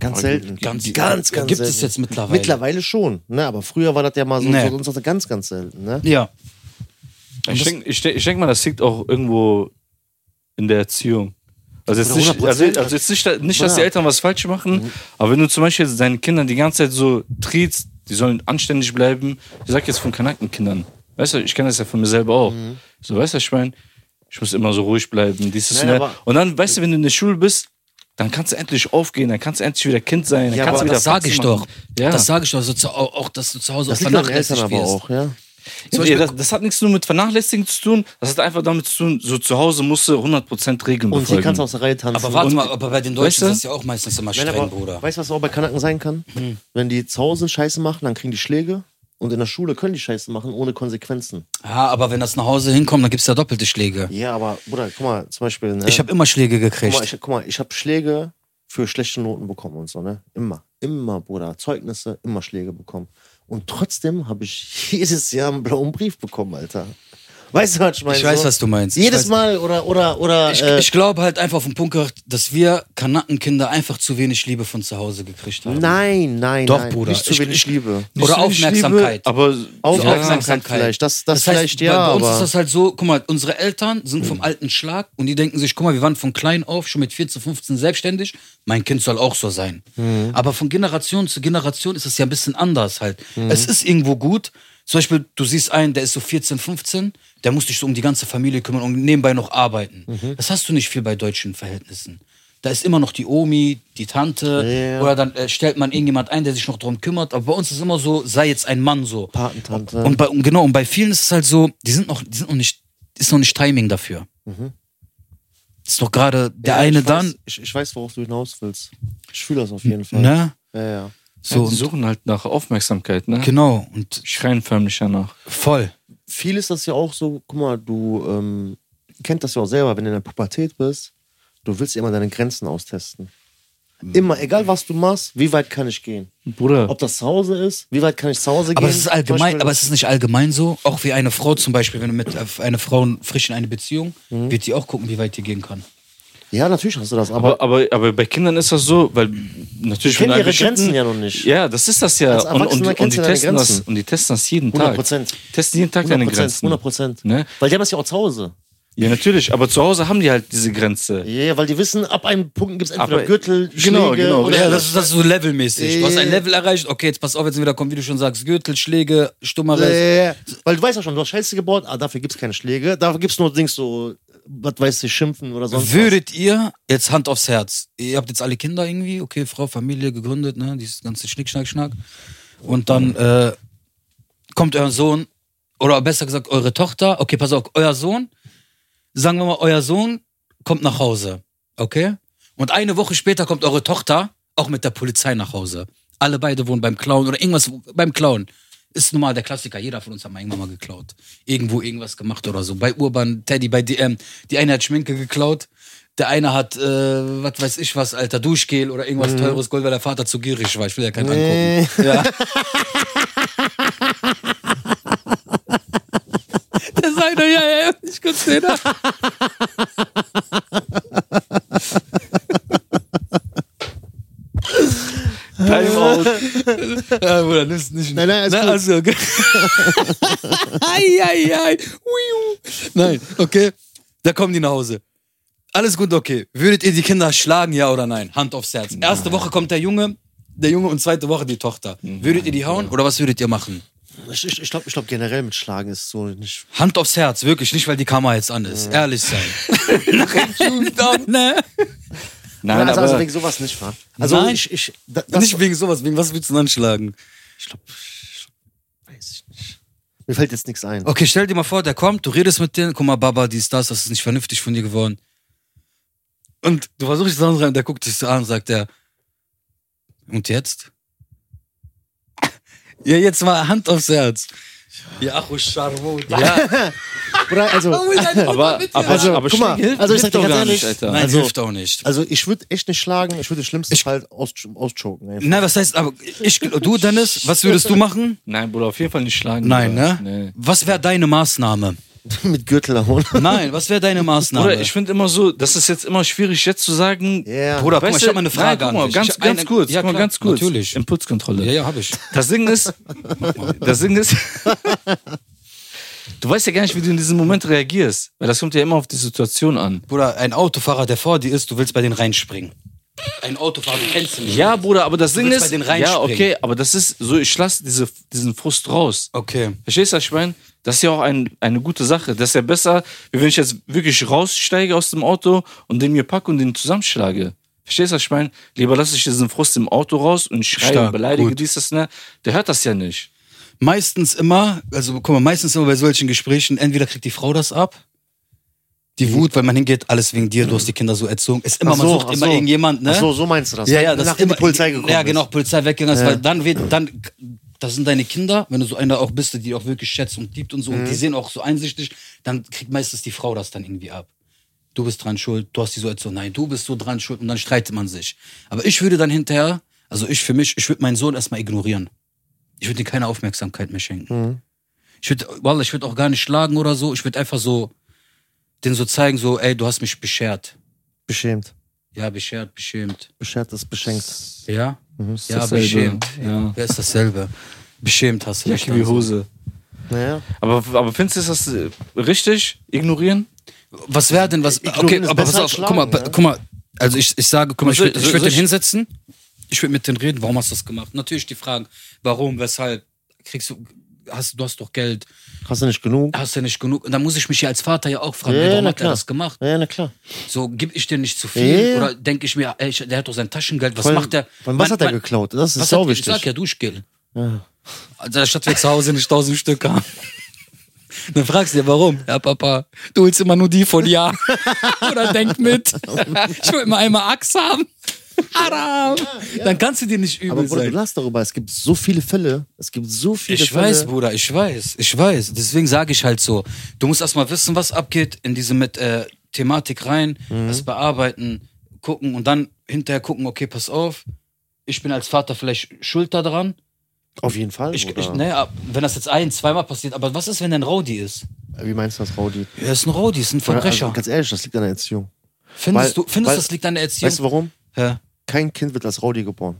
[SPEAKER 2] Ganz selten.
[SPEAKER 1] ganz-
[SPEAKER 2] ganz, ganz
[SPEAKER 1] gibt es
[SPEAKER 2] selten.
[SPEAKER 1] jetzt mittlerweile.
[SPEAKER 2] Mittlerweile schon, ne? Aber früher war das ja mal so,
[SPEAKER 1] Nee.
[SPEAKER 2] so, so ganz, ganz selten, ne?
[SPEAKER 1] Ja.
[SPEAKER 3] Ich denke ich denk, ich denk mal, das liegt auch irgendwo in der Erziehung. Also jetzt,
[SPEAKER 2] Oder Mhm.
[SPEAKER 3] nicht,
[SPEAKER 2] 100%.
[SPEAKER 3] also, also jetzt nicht, nicht, dass die
[SPEAKER 2] Ja.
[SPEAKER 3] Eltern was falsch machen, aber wenn du zum Beispiel deinen Kindern die ganze Zeit so trittst, die sollen anständig bleiben. Ich sag jetzt von Kanakenkindern. Weißt du, ich kenne das ja von mir selber auch.
[SPEAKER 2] Mhm.
[SPEAKER 3] So, weißt du, ich meine, ich muss immer so ruhig bleiben. Dieses
[SPEAKER 2] Nein,
[SPEAKER 3] und, das.
[SPEAKER 2] aber-
[SPEAKER 3] und dann, weißt du, wenn du in der Schule bist, dann kannst du endlich aufgehen, dann kannst du endlich wieder Kind sein. Dann
[SPEAKER 2] Ja,
[SPEAKER 3] kannst
[SPEAKER 2] aber
[SPEAKER 3] du wieder
[SPEAKER 1] Das sage
[SPEAKER 3] Faxen
[SPEAKER 1] ich doch.
[SPEAKER 3] machen. Ja.
[SPEAKER 1] Das sage ich doch. So zu, auch, auch, dass du zu Hause
[SPEAKER 2] Das
[SPEAKER 1] auch
[SPEAKER 2] liegt an den Eltern
[SPEAKER 1] vernachlässigt
[SPEAKER 2] aber
[SPEAKER 1] wirst.
[SPEAKER 2] auch, ja.
[SPEAKER 1] Zum
[SPEAKER 3] Nee,
[SPEAKER 1] Beispiel-
[SPEAKER 3] das, das hat nichts nur mit Vernachlässigen zu tun, das hat einfach damit zu tun, so zu Hause musst du 100% Regeln
[SPEAKER 2] Und hier
[SPEAKER 3] befolgen.
[SPEAKER 2] kannst du aus der Reihe tanzen.
[SPEAKER 1] Aber warte
[SPEAKER 3] Und-
[SPEAKER 1] mal, aber bei den Deutschen
[SPEAKER 3] Weißt du?
[SPEAKER 1] ist das ja auch meistens immer streng,
[SPEAKER 2] Nein, aber,
[SPEAKER 1] Bruder. Hm.
[SPEAKER 2] Weißt du, was auch bei Kanaken sein kann? Wenn die zu Hause Scheiße machen, dann kriegen die Schläge. Und in der Schule können die Scheiße machen ohne Konsequenzen.
[SPEAKER 1] Ja, aber wenn das nach Hause hinkommt, dann gibt es ja doppelte Schläge.
[SPEAKER 2] Ja, aber, Bruder, guck mal, zum Beispiel. Ne?
[SPEAKER 1] Ich habe immer Schläge
[SPEAKER 2] guck mal,
[SPEAKER 1] gekriegt.
[SPEAKER 2] ich, guck mal, ich habe Schläge für schlechte Noten bekommen und so, ne? Immer. Immer, Bruder. Zeugnisse, immer Schläge bekommen. Und trotzdem habe ich <laughs> jedes Jahr einen blauen Brief bekommen, Alter. Weißt du, was ich meine?
[SPEAKER 1] Ich weiß,
[SPEAKER 2] so?
[SPEAKER 1] was du meinst. Ich
[SPEAKER 2] Jedes
[SPEAKER 1] weiß-
[SPEAKER 2] Mal oder, oder, oder.
[SPEAKER 1] Ich,
[SPEAKER 2] äh,
[SPEAKER 1] ich glaube halt einfach auf den Punkt gebracht, dass wir Kanackenkinder einfach zu wenig Liebe von zu Hause gekriegt haben.
[SPEAKER 2] nein, nein,
[SPEAKER 1] Doch,
[SPEAKER 2] nein.
[SPEAKER 1] Bruder.
[SPEAKER 2] Nicht zu
[SPEAKER 1] Ich-
[SPEAKER 2] wenig
[SPEAKER 1] ich-
[SPEAKER 2] Liebe.
[SPEAKER 3] Nicht
[SPEAKER 1] Oder
[SPEAKER 3] so nicht
[SPEAKER 1] Aufmerksamkeit.
[SPEAKER 3] Liebe, aber
[SPEAKER 2] Aufmerksamkeit vielleicht. Das, das,
[SPEAKER 1] heißt,
[SPEAKER 2] vielleicht,
[SPEAKER 1] bei,
[SPEAKER 2] ja.
[SPEAKER 1] bei uns
[SPEAKER 2] aber Hm.
[SPEAKER 1] ist das halt so, guck mal, unsere Eltern sind vom alten Schlag und die denken sich, guck mal, wir waren von klein auf schon mit 14, 15 selbstständig, mein Kind soll auch so
[SPEAKER 2] Hm. Hm.
[SPEAKER 1] sein. Aber von Generation zu Generation ist es ja ein bisschen anders halt. Es ist irgendwo gut, Zum Beispiel, du siehst einen, der ist so 14, 15, der muss dich so um die ganze Familie kümmern und nebenbei noch arbeiten.
[SPEAKER 2] Mhm.
[SPEAKER 1] Das hast du nicht viel bei deutschen Verhältnissen. Da ist immer noch die Omi, die Tante
[SPEAKER 2] Ja.
[SPEAKER 1] oder dann äh, stellt man irgendjemand ein, der sich noch drum kümmert. Aber bei uns ist immer so, sei jetzt ein Mann so.
[SPEAKER 2] Patentante.
[SPEAKER 1] Und bei, und genau, und bei vielen ist es halt so, die sind noch, die sind noch nicht, ist noch nicht Timing dafür. Ist doch gerade der
[SPEAKER 2] Mhm. Ja,
[SPEAKER 1] eine
[SPEAKER 2] ich
[SPEAKER 1] dann,
[SPEAKER 2] Weiß, ich, ich weiß, worauf du hinaus willst. Ich fühle das auf jeden Fall.
[SPEAKER 1] ne?
[SPEAKER 2] Ja, ja.
[SPEAKER 1] So,
[SPEAKER 3] die
[SPEAKER 1] und,
[SPEAKER 3] suchen halt nach Aufmerksamkeit, ne?
[SPEAKER 1] genau, und
[SPEAKER 3] Schreien förmlich danach.
[SPEAKER 1] voll.
[SPEAKER 2] Viel ist das ja auch so, guck mal, du ähm, kennt das ja auch selber, wenn du in der Pubertät bist, du willst immer deine Grenzen austesten.
[SPEAKER 1] Hm.
[SPEAKER 2] Immer, egal was du machst, wie weit kann ich gehen?
[SPEAKER 3] Bruder,
[SPEAKER 2] Ob das zu Hause ist, wie weit kann ich zu Hause gehen?
[SPEAKER 1] Aber es ist
[SPEAKER 2] Zum
[SPEAKER 1] allgemein,
[SPEAKER 2] Beispiel-
[SPEAKER 1] aber es ist nicht allgemein so. Auch wie eine Frau zum Beispiel, wenn du mit äh, einer Frau frisch in eine Beziehung,
[SPEAKER 2] Mhm.
[SPEAKER 1] wird die auch gucken, wie weit die gehen kann.
[SPEAKER 2] ja, natürlich hast du das, aber,
[SPEAKER 3] aber, aber, aber bei Kindern ist das so, weil natürlich
[SPEAKER 2] Die kennen
[SPEAKER 3] wenn ein
[SPEAKER 2] ihre Grenzen
[SPEAKER 3] bestimmten-
[SPEAKER 2] ja noch nicht.
[SPEAKER 3] Ja, das ist das ja.
[SPEAKER 2] Als
[SPEAKER 3] Und, und,
[SPEAKER 2] Erwachsener
[SPEAKER 3] und,
[SPEAKER 2] kennst
[SPEAKER 3] die
[SPEAKER 2] du deine
[SPEAKER 3] testen das,
[SPEAKER 2] Grenzen.
[SPEAKER 3] und die testen das jeden
[SPEAKER 2] 100%.
[SPEAKER 3] Tag. Testen jeden Tag deine Grenzen.
[SPEAKER 2] 100 Prozent.
[SPEAKER 3] Ne?
[SPEAKER 2] Weil die haben das ja auch zu Hause.
[SPEAKER 3] Ja, natürlich, aber zu Hause haben die halt diese Grenze.
[SPEAKER 2] Ja, ja, weil die wissen, ab einem Punkt gibt es entweder
[SPEAKER 3] Aber-
[SPEAKER 2] Gürtel,
[SPEAKER 3] Genau,
[SPEAKER 2] Schläge
[SPEAKER 3] genau.
[SPEAKER 2] oder
[SPEAKER 1] Ja, das ist, das ist so levelmäßig. Du hast ein
[SPEAKER 2] Äh.
[SPEAKER 1] Level erreicht, okay, jetzt pass auf, jetzt sind wir da kommen, wie du schon sagst, Gürtel, Schläge, Stummeres.
[SPEAKER 2] Äh, weil du weißt ja schon, du hast Scheiße gebaut, ah, dafür gibt es keine Schläge, dafür gibt es nur Dings so, was weiß ich, Schimpfen oder sonst was.
[SPEAKER 1] Würdet ihr, jetzt Hand aufs Herz, ihr habt jetzt alle Kinder irgendwie, okay, Frau, Familie gegründet, ne, dieses ganze Schnick, Schnack, Schnack. Und dann äh, kommt euer Sohn, oder besser gesagt eure Tochter, okay, pass auf, euer Sohn, sagen wir mal, euer Sohn kommt nach Hause, okay? Und eine Woche später kommt eure Tochter auch mit der Polizei nach Hause. Alle beide wohnen beim Clown oder irgendwas beim Clown. Ist normal der Klassiker. Jeder von uns hat mal irgendwann mal geklaut. Irgendwo irgendwas gemacht oder so. Bei Urban, Teddy, bei DM. Die eine hat Schminke geklaut. Der eine hat, äh, was weiß ich was, alter Duschgel oder irgendwas teures Gold, weil der Vater zu gierig war. Ich will ja keinen angucken.
[SPEAKER 3] <laughs>
[SPEAKER 1] Ja. Der sagt doch, ja, ja, ich kurz sehen.
[SPEAKER 3] Time out.
[SPEAKER 1] Ja, Bruder, nimmst nicht.
[SPEAKER 2] Nein, nein, ist
[SPEAKER 1] Na,
[SPEAKER 2] gut.
[SPEAKER 1] also,
[SPEAKER 2] <laughs>
[SPEAKER 1] okay. ei, ei, ei. Uiu. Nein, okay. Da kommen die nach Hause. Alles gut, okay. Würdet ihr die Kinder schlagen, ja oder nein? Hand aufs Herz. Erste Woche kommt der Junge, der Junge und zweite Woche die Tochter. Würdet ihr die hauen oder was würdet ihr machen?
[SPEAKER 2] Ich, ich, ich glaube ich glaub, generell mit Schlagen ist so nicht.
[SPEAKER 1] Hand aufs Herz, wirklich, nicht weil die Kamera jetzt an ist. Ehrlich sein. Nein,
[SPEAKER 3] Nein,
[SPEAKER 2] also,
[SPEAKER 3] aber
[SPEAKER 2] also wegen sowas nicht, wahr? Also
[SPEAKER 1] Nein.
[SPEAKER 2] ich, ich, da- das,
[SPEAKER 1] Nicht wegen sowas, wegen was würdest du denn anschlagen?
[SPEAKER 2] ich glaube, ich, weiß ich nicht. Mir fällt jetzt nichts ein.
[SPEAKER 1] Okay, stell dir mal vor, der kommt, du redest mit denen, guck mal, Baba, dies, das, das ist nicht vernünftig von dir geworden. Und du versuchst es anzureiben, der guckt dich so an und sagt er, und jetzt? <laughs> Ja, jetzt mal Hand aufs Herz. Ja, ach, oh, Charmot. Ja, <laughs>
[SPEAKER 2] Oder,
[SPEAKER 1] Oh.
[SPEAKER 2] also,
[SPEAKER 3] aber, aber,
[SPEAKER 2] Also,
[SPEAKER 3] aber
[SPEAKER 2] guck mal,
[SPEAKER 3] Schläge
[SPEAKER 2] also ich
[SPEAKER 3] hilft
[SPEAKER 2] sag dir ganz
[SPEAKER 3] doch gar
[SPEAKER 2] ehrlich,
[SPEAKER 3] nicht, Alter.
[SPEAKER 1] Nein,
[SPEAKER 2] Also-
[SPEAKER 1] hilft auch nicht.
[SPEAKER 2] also ich würde echt nicht schlagen, ich würde schlimmsten Fall halt aus, auschoken. Einfach.
[SPEAKER 1] Nein, was heißt, aber ich, du, Dennis, was würdest du machen?
[SPEAKER 3] Nein, Bruder, auf jeden Fall nicht schlagen.
[SPEAKER 1] Nein,
[SPEAKER 3] Bruder.
[SPEAKER 1] ne? Was wäre deine Maßnahme?
[SPEAKER 2] <laughs> Mit Gürtel hauen.
[SPEAKER 1] Nein, was wäre deine Maßnahme?
[SPEAKER 3] Bruder, ich finde immer so, das ist jetzt immer schwierig, jetzt zu sagen.
[SPEAKER 2] Ja.
[SPEAKER 1] Bruder, guck mal,
[SPEAKER 3] Weißt
[SPEAKER 1] ich
[SPEAKER 3] du,
[SPEAKER 1] hab mal eine Frage
[SPEAKER 3] nein, guck mal,
[SPEAKER 1] an dich.
[SPEAKER 3] ganz,
[SPEAKER 1] Ich hab
[SPEAKER 3] ganz
[SPEAKER 1] eine-
[SPEAKER 3] kurz,
[SPEAKER 1] Ja,
[SPEAKER 3] guck mal,
[SPEAKER 1] klar,
[SPEAKER 3] ganz kurz.
[SPEAKER 1] natürlich.
[SPEAKER 3] Impulskontrolle.
[SPEAKER 1] ja, ja, hab ich.
[SPEAKER 3] Das Ding ist, das Ding ist, du weißt ja gar nicht, wie du in diesem Moment reagierst, weil das kommt ja immer auf die Situation an.
[SPEAKER 1] Bruder, ein Autofahrer, der vor dir ist, du willst bei denen reinspringen. Ein Autofahrer, du kennst ihn nicht.
[SPEAKER 3] Ja, Bruder, aber das Ding
[SPEAKER 1] willst
[SPEAKER 3] ist,
[SPEAKER 1] bei denen
[SPEAKER 3] ja,
[SPEAKER 1] reinspringen.
[SPEAKER 3] okay, aber das ist so, ich lasse diese, diesen Frust raus.
[SPEAKER 1] Okay.
[SPEAKER 3] Verstehst du, was ich meine? Das ist ja auch ein, eine gute Sache. Das ist ja besser, wie wenn ich jetzt wirklich raussteige aus dem Auto und den mir packe und den zusammenschlage. Verstehst du, was ich meine? Lieber lasse ich diesen Frust im Auto raus und schreie
[SPEAKER 1] Stark,
[SPEAKER 3] und beleidige
[SPEAKER 1] gut.
[SPEAKER 3] dies, das, ne? Der hört das ja nicht.
[SPEAKER 1] Meistens immer, also guck mal, meistens immer bei solchen Gesprächen, entweder kriegt die Frau das ab, die Wut, weil man hingeht, alles wegen dir, du hast die Kinder so erzogen. Ist immer, man sucht immer irgendjemand, ne?
[SPEAKER 2] Ach so, so meinst du das.
[SPEAKER 1] ja, ja, das
[SPEAKER 2] Nachdem
[SPEAKER 1] immer,
[SPEAKER 2] die Polizei gekommen
[SPEAKER 1] Ja, genau,
[SPEAKER 2] ist.
[SPEAKER 1] Polizei weggegangen ist, weil dann wird, dann, das sind deine Kinder, wenn du so einer auch bist, die auch wirklich schätzt und liebt und so, und die sehen auch so einsichtig, dann kriegt meistens die Frau das dann irgendwie ab. Du bist dran schuld, du hast die so erzogen, nein, du bist so dran schuld und dann streitet man sich. Aber ich würde dann hinterher, also ich für mich, ich würde meinen Sohn erstmal ignorieren. Ich würde ihm keine Aufmerksamkeit mehr schenken. Ich würde, wallah, ich würde auch gar nicht schlagen oder so, ich würde einfach so, den so zeigen, so, ey, du hast mich beschert.
[SPEAKER 2] Beschämt.
[SPEAKER 1] Ja, beschert, beschämt.
[SPEAKER 2] Beschert ist beschenkt.
[SPEAKER 1] Ja?
[SPEAKER 2] Mhm, ist
[SPEAKER 1] ja,
[SPEAKER 3] dasselbe.
[SPEAKER 1] beschämt.
[SPEAKER 3] Ja.
[SPEAKER 1] Ja. ja, ist dasselbe. Beschämt hast du
[SPEAKER 3] Jacke wie
[SPEAKER 1] dann so.
[SPEAKER 3] Hose.
[SPEAKER 2] Naja.
[SPEAKER 3] Aber, aber findest du das äh, richtig? Ignorieren?
[SPEAKER 1] Was wäre denn was?
[SPEAKER 2] Ignorieren
[SPEAKER 1] Okay,
[SPEAKER 2] ist
[SPEAKER 1] aber
[SPEAKER 2] besser
[SPEAKER 1] pass
[SPEAKER 2] als
[SPEAKER 1] auf,
[SPEAKER 2] schlagen,
[SPEAKER 1] guck mal,
[SPEAKER 2] ne?
[SPEAKER 1] guck mal. Also ich, ich sage, guck mal, ich
[SPEAKER 3] So-
[SPEAKER 1] würde
[SPEAKER 3] so-
[SPEAKER 1] ich würd
[SPEAKER 3] so-
[SPEAKER 1] den hinsetzen, ich würde mit denen reden, warum hast du das gemacht? Natürlich die Fragen, warum, weshalb, kriegst du, hast, du hast doch Geld,
[SPEAKER 2] Hast du nicht genug?
[SPEAKER 1] hast du nicht genug? Und dann muss ich mich ja als Vater ja auch fragen,
[SPEAKER 2] Ja,
[SPEAKER 1] ey, warum
[SPEAKER 2] na
[SPEAKER 1] hat er
[SPEAKER 2] klar.
[SPEAKER 1] das gemacht?
[SPEAKER 2] Ja, na klar.
[SPEAKER 1] So, gib ich dir nicht zu viel?
[SPEAKER 2] Ja.
[SPEAKER 1] Oder denke ich mir, ey, ich- der hat doch sein Taschengeld, was
[SPEAKER 2] Vor allem,
[SPEAKER 1] macht der?
[SPEAKER 2] Von was
[SPEAKER 1] Man-
[SPEAKER 2] hat er
[SPEAKER 1] man-
[SPEAKER 2] geklaut? Das ist
[SPEAKER 1] was
[SPEAKER 2] sau
[SPEAKER 1] hat- Ich
[SPEAKER 2] wichtig.
[SPEAKER 1] sag ja, Duschgel. Also, statt wir zu Hause nicht tausend Stück haben. Dann fragst du dir, warum? Ja, Papa, du holst immer nur die von
[SPEAKER 2] <laughs>
[SPEAKER 1] ja. Oder denk mit. Ich will immer einmal Axt haben. Aram. Dann kannst du dir nicht übel
[SPEAKER 2] Aber Bruder, du
[SPEAKER 1] sein.
[SPEAKER 2] lachst darüber. Es gibt so viele Fälle. Es gibt so viele
[SPEAKER 1] Ich
[SPEAKER 2] Fälle.
[SPEAKER 1] weiß, Bruder, ich weiß, ich weiß. Deswegen sage ich halt so, du musst erstmal wissen, was abgeht, in diese mit, äh, Thematik rein,
[SPEAKER 2] Mhm.
[SPEAKER 1] das bearbeiten, gucken und dann hinterher gucken, okay, pass auf, ich bin als Vater vielleicht schuld daran.
[SPEAKER 2] Auf jeden Fall.
[SPEAKER 1] Ich, ich,
[SPEAKER 2] Bruder.
[SPEAKER 1] naja, wenn das jetzt ein, zweimal passiert, aber was ist, wenn der ein Rowdy ist?
[SPEAKER 2] Wie meinst du das, Raudi?
[SPEAKER 1] Er ist ein Rowdy, ist ein Verbrecher.
[SPEAKER 2] Also, ganz ehrlich, das liegt an der Erziehung.
[SPEAKER 1] findest
[SPEAKER 2] weil-
[SPEAKER 1] du, findest
[SPEAKER 2] weil-
[SPEAKER 1] das liegt an der Erziehung?
[SPEAKER 2] Weißt du warum?
[SPEAKER 1] ja.
[SPEAKER 2] Kein Kind wird als Raudi geboren.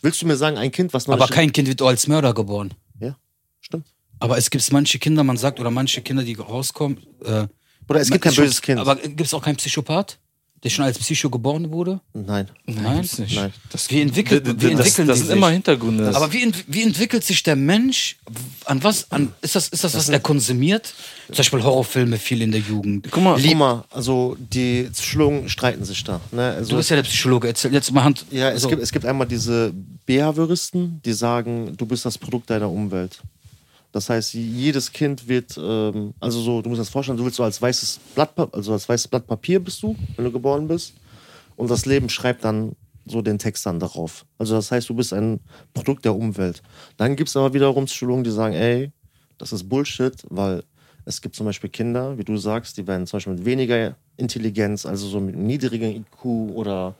[SPEAKER 2] Willst du mir sagen, ein Kind, was noch
[SPEAKER 1] Aber
[SPEAKER 2] nicht-
[SPEAKER 1] kein Kind wird als Mörder geboren.
[SPEAKER 2] Ja, stimmt.
[SPEAKER 1] Aber es gibt manche Kinder, man sagt, oder manche Kinder, die rauskommen. Äh,
[SPEAKER 2] Oder es gibt kein
[SPEAKER 1] Psycho-
[SPEAKER 2] böses Kind.
[SPEAKER 1] Aber gibt es auch keinen Psychopath, der schon als Psycho geboren wurde?
[SPEAKER 2] Nein.
[SPEAKER 1] Nein.
[SPEAKER 3] gibt's nicht.
[SPEAKER 2] Nein.
[SPEAKER 3] Das,
[SPEAKER 1] Wie entwickelt-
[SPEAKER 3] das,
[SPEAKER 1] wie entwickeln
[SPEAKER 3] das,
[SPEAKER 1] die
[SPEAKER 3] das
[SPEAKER 1] sich?
[SPEAKER 3] sind immer Hintergründe.
[SPEAKER 1] Aber wie, ent- wie entwickelt sich der Mensch? An was? An, ist, das, ist das, was er konsumiert? Zum Beispiel Horrorfilme viel in der Jugend.
[SPEAKER 3] guck mal,
[SPEAKER 2] Guck mal, also die Schulungen streiten sich da. Ne? Also,
[SPEAKER 1] Du bist ja der Psychologe, erzähl jetzt mal Hand.
[SPEAKER 2] Ja, es,
[SPEAKER 1] also,
[SPEAKER 2] gibt, es gibt einmal diese Behavioristen, die sagen, du bist das Produkt deiner Umwelt. Das heißt, jedes Kind wird, ähm, also so, du musst dir das vorstellen, du willst so als weißes Blatt, Pa- also als weißes Blatt Papier bist du, wenn du geboren bist. Und das Leben schreibt dann so den Text dann darauf. Also das heißt, du bist ein Produkt der Umwelt. Dann gibt es aber wiederum Schulungen, die sagen, ey, das ist Bullshit, weil es gibt zum Beispiel Kinder, wie du sagst, die werden zum Beispiel mit weniger Intelligenz, also so mit einem niedrigen IQ oder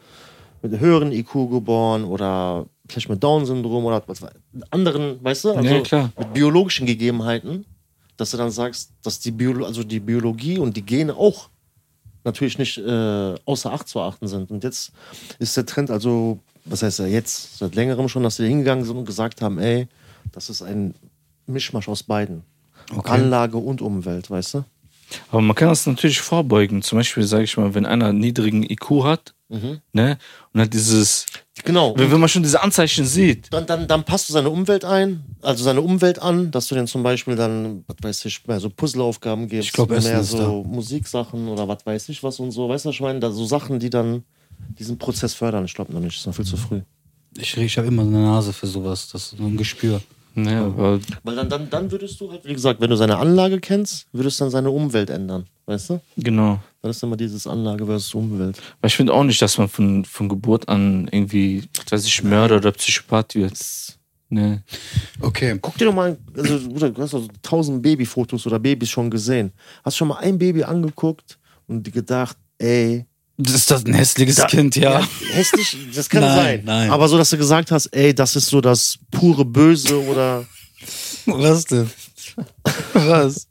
[SPEAKER 2] mit einem höheren IQ geboren oder vielleicht mit Down-Syndrom oder was, mit anderen, weißt du, also
[SPEAKER 3] Ja, klar.
[SPEAKER 2] mit biologischen Gegebenheiten, dass du dann sagst, dass die, Biolo also die Biologie und die Gene auch natürlich nicht äh, außer Acht zu achten sind. Und jetzt ist der Trend, also, was heißt er jetzt, seit längerem schon, dass sie hingegangen sind und gesagt haben, ey, das ist ein Mischmasch aus beiden. Anlage und Umwelt, weißt du?
[SPEAKER 3] Aber man kann das natürlich vorbeugen. Zum Beispiel, sage ich mal, wenn einer einen niedrigen IQ hat,
[SPEAKER 1] Mhm.
[SPEAKER 3] ne, und hat dieses,
[SPEAKER 2] Genau.
[SPEAKER 3] wenn, wenn man schon diese Anzeichen sieht,
[SPEAKER 2] Dann, dann, dann passt du seine Umwelt ein, also seine Umwelt an, dass du den zum Beispiel dann, was weiß ich, mehr so Puzzleaufgaben gibst,
[SPEAKER 1] Ich glaub, Essen
[SPEAKER 2] mehr
[SPEAKER 1] ist
[SPEAKER 2] so Musiksachen oder was weiß ich was und so, weißt du, was ich meine, da so Sachen, die dann diesen Prozess fördern. Ich glaube noch nicht, ist noch viel zu früh.
[SPEAKER 1] ich ich habe immer eine Nase für sowas, das ist so ein Gespür.
[SPEAKER 3] ne, aber
[SPEAKER 2] Weil dann, dann, dann würdest du halt, wie gesagt, wenn du seine Anlage kennst, würdest du dann seine Umwelt ändern, weißt du?
[SPEAKER 3] genau.
[SPEAKER 2] Dann ist immer dieses Anlage versus Umwelt.
[SPEAKER 3] Weil ich finde auch nicht, dass man von, von Geburt an irgendwie, was weiß ich, Mörder oder Psychopath wird. Ne.
[SPEAKER 1] Okay.
[SPEAKER 2] Guck dir doch mal, also, Bruder, du hast also tausend Babyfotos oder Babys schon gesehen. Hast schon mal ein Baby angeguckt und dir gedacht, ey,
[SPEAKER 1] Das ist das ein hässliches Kind, ja.
[SPEAKER 2] hässlich, das kann
[SPEAKER 1] Nein,
[SPEAKER 2] sein.
[SPEAKER 1] nein.
[SPEAKER 2] Aber so, dass du gesagt hast, ey, das ist so das pure Böse oder.
[SPEAKER 1] <laughs> Was denn? Was?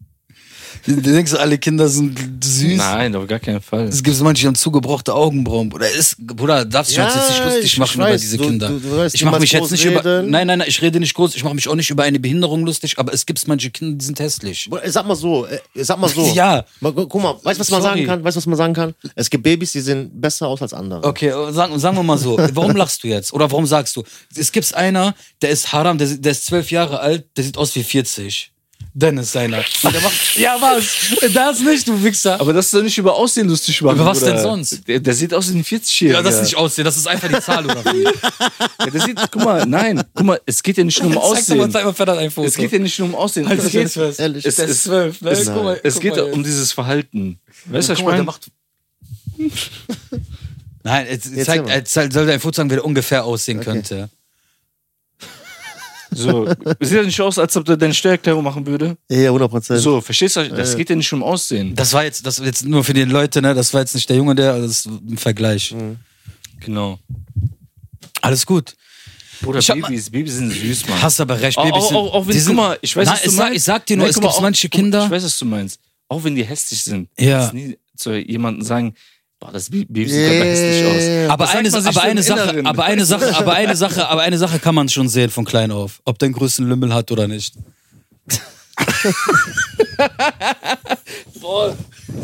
[SPEAKER 1] Du denkst, alle Kinder sind süß.
[SPEAKER 3] Nein, auf gar keinen Fall.
[SPEAKER 1] Es gibt manche, die haben zugebrachte Augenbrauen. Oder ist, Bruder, darfst du
[SPEAKER 2] Ja,
[SPEAKER 1] uns jetzt nicht lustig
[SPEAKER 2] ich
[SPEAKER 1] machen
[SPEAKER 2] weiß,
[SPEAKER 1] über diese
[SPEAKER 2] du-
[SPEAKER 1] Kinder.
[SPEAKER 2] du- du weißt,
[SPEAKER 1] ich mache
[SPEAKER 2] niemals
[SPEAKER 1] mich jetzt
[SPEAKER 2] groß
[SPEAKER 1] nicht über.
[SPEAKER 2] reden.
[SPEAKER 1] Nein, nein, nein, ich rede nicht groß. Ich mache mich auch nicht über eine Behinderung lustig. Aber es gibt manche Kinder, die sind hässlich.
[SPEAKER 2] Bruder, Sag mal so, äh, sag mal
[SPEAKER 1] <laughs>
[SPEAKER 2] so.
[SPEAKER 1] Ja.
[SPEAKER 2] Mal, gu- guck mal, weißt du, was man
[SPEAKER 1] Sorry.
[SPEAKER 2] sagen kann? Weißt du, was man sagen kann? Es gibt Babys, die sehen besser aus als andere.
[SPEAKER 1] Okay, äh, sagen, sagen wir mal so. Warum lachst du jetzt? Oder warum sagst du? Es gibt einer, der ist haram, der, der ist zwölf Jahre alt, der sieht aus wie 40. Dennis seiner.
[SPEAKER 3] <laughs>
[SPEAKER 1] Und der macht, ja, was? Das nicht, du Wichser.
[SPEAKER 3] Aber das ist doch nicht über Aussehen lustig machen.
[SPEAKER 1] Über was
[SPEAKER 3] Bruder.
[SPEAKER 1] denn sonst?
[SPEAKER 3] Der, der sieht aus wie ein 40-Jähriger.
[SPEAKER 1] ja, das ist nicht aussehen, das ist einfach die Zahl,
[SPEAKER 3] <laughs>
[SPEAKER 1] oder wie?
[SPEAKER 3] Ja, der sieht, guck mal, nein, guck mal, es geht ja nicht nur <laughs> um
[SPEAKER 1] Zeig doch mal,
[SPEAKER 3] Aussehen.
[SPEAKER 1] zeig mal, verdammt ein Foto.
[SPEAKER 3] Es geht ja nicht nur um Aussehen.
[SPEAKER 1] Halt
[SPEAKER 3] es
[SPEAKER 1] dich
[SPEAKER 3] geht,
[SPEAKER 1] jetzt fest.
[SPEAKER 2] Ehrlich,
[SPEAKER 3] es,
[SPEAKER 1] Der ist
[SPEAKER 3] es,
[SPEAKER 1] zwölf, ne?
[SPEAKER 3] es,
[SPEAKER 1] Guck mal,
[SPEAKER 3] es
[SPEAKER 1] guck
[SPEAKER 3] geht
[SPEAKER 1] mal jetzt.
[SPEAKER 3] um dieses Verhalten. Weißt du, was ich
[SPEAKER 2] Guck mal, der
[SPEAKER 3] meine?
[SPEAKER 2] macht
[SPEAKER 1] Nein, es, es
[SPEAKER 2] Jetzt
[SPEAKER 1] zeigt,
[SPEAKER 2] immer.
[SPEAKER 1] es soll dir ein Foto sagen, wie der ungefähr aussehen könnte.
[SPEAKER 3] So, sieht ja nicht aus, als ob der deine Steuererklärung machen würde.
[SPEAKER 2] Ja, 100 Prozent.
[SPEAKER 3] So, verstehst du? Das geht ja nicht um Aussehen.
[SPEAKER 1] Das war jetzt, das war jetzt nur für die Leute, ne? Das war jetzt nicht der Junge, der, also das ist ein Vergleich.
[SPEAKER 3] Genau.
[SPEAKER 1] Alles gut.
[SPEAKER 3] Oder
[SPEAKER 1] Ich hab
[SPEAKER 3] Babys, Babys sind süß, Mann.
[SPEAKER 1] Hast aber recht,
[SPEAKER 3] Auch-
[SPEAKER 1] Babys
[SPEAKER 3] auch,
[SPEAKER 1] sind-
[SPEAKER 3] auch, auch wenn,
[SPEAKER 1] die sind-
[SPEAKER 3] guck mal, ich weiß,
[SPEAKER 1] Nein,
[SPEAKER 3] was du
[SPEAKER 1] ich sag-
[SPEAKER 3] meinst.
[SPEAKER 1] ich sag dir nur, es
[SPEAKER 3] guck mal,
[SPEAKER 1] gibt
[SPEAKER 3] auch-
[SPEAKER 1] manche
[SPEAKER 3] guck mal,
[SPEAKER 1] Kinder-
[SPEAKER 3] Ich weiß, was du meinst. Auch wenn die hässlich sind.
[SPEAKER 1] Ja.
[SPEAKER 3] kannst nie zu jemandem sagen, boah, das Baby sieht aber hässlich aus.
[SPEAKER 1] Aber
[SPEAKER 3] Äh, Das sagt
[SPEAKER 1] eine,
[SPEAKER 3] man sich
[SPEAKER 1] aber,
[SPEAKER 3] so im
[SPEAKER 1] eine Sache,
[SPEAKER 3] Inneren.
[SPEAKER 1] aber eine Sache, aber eine Sache, aber eine Sache kann man schon sehen von klein auf, ob der einen größten Lümmel hat oder nicht.
[SPEAKER 3] <laughs> Boah,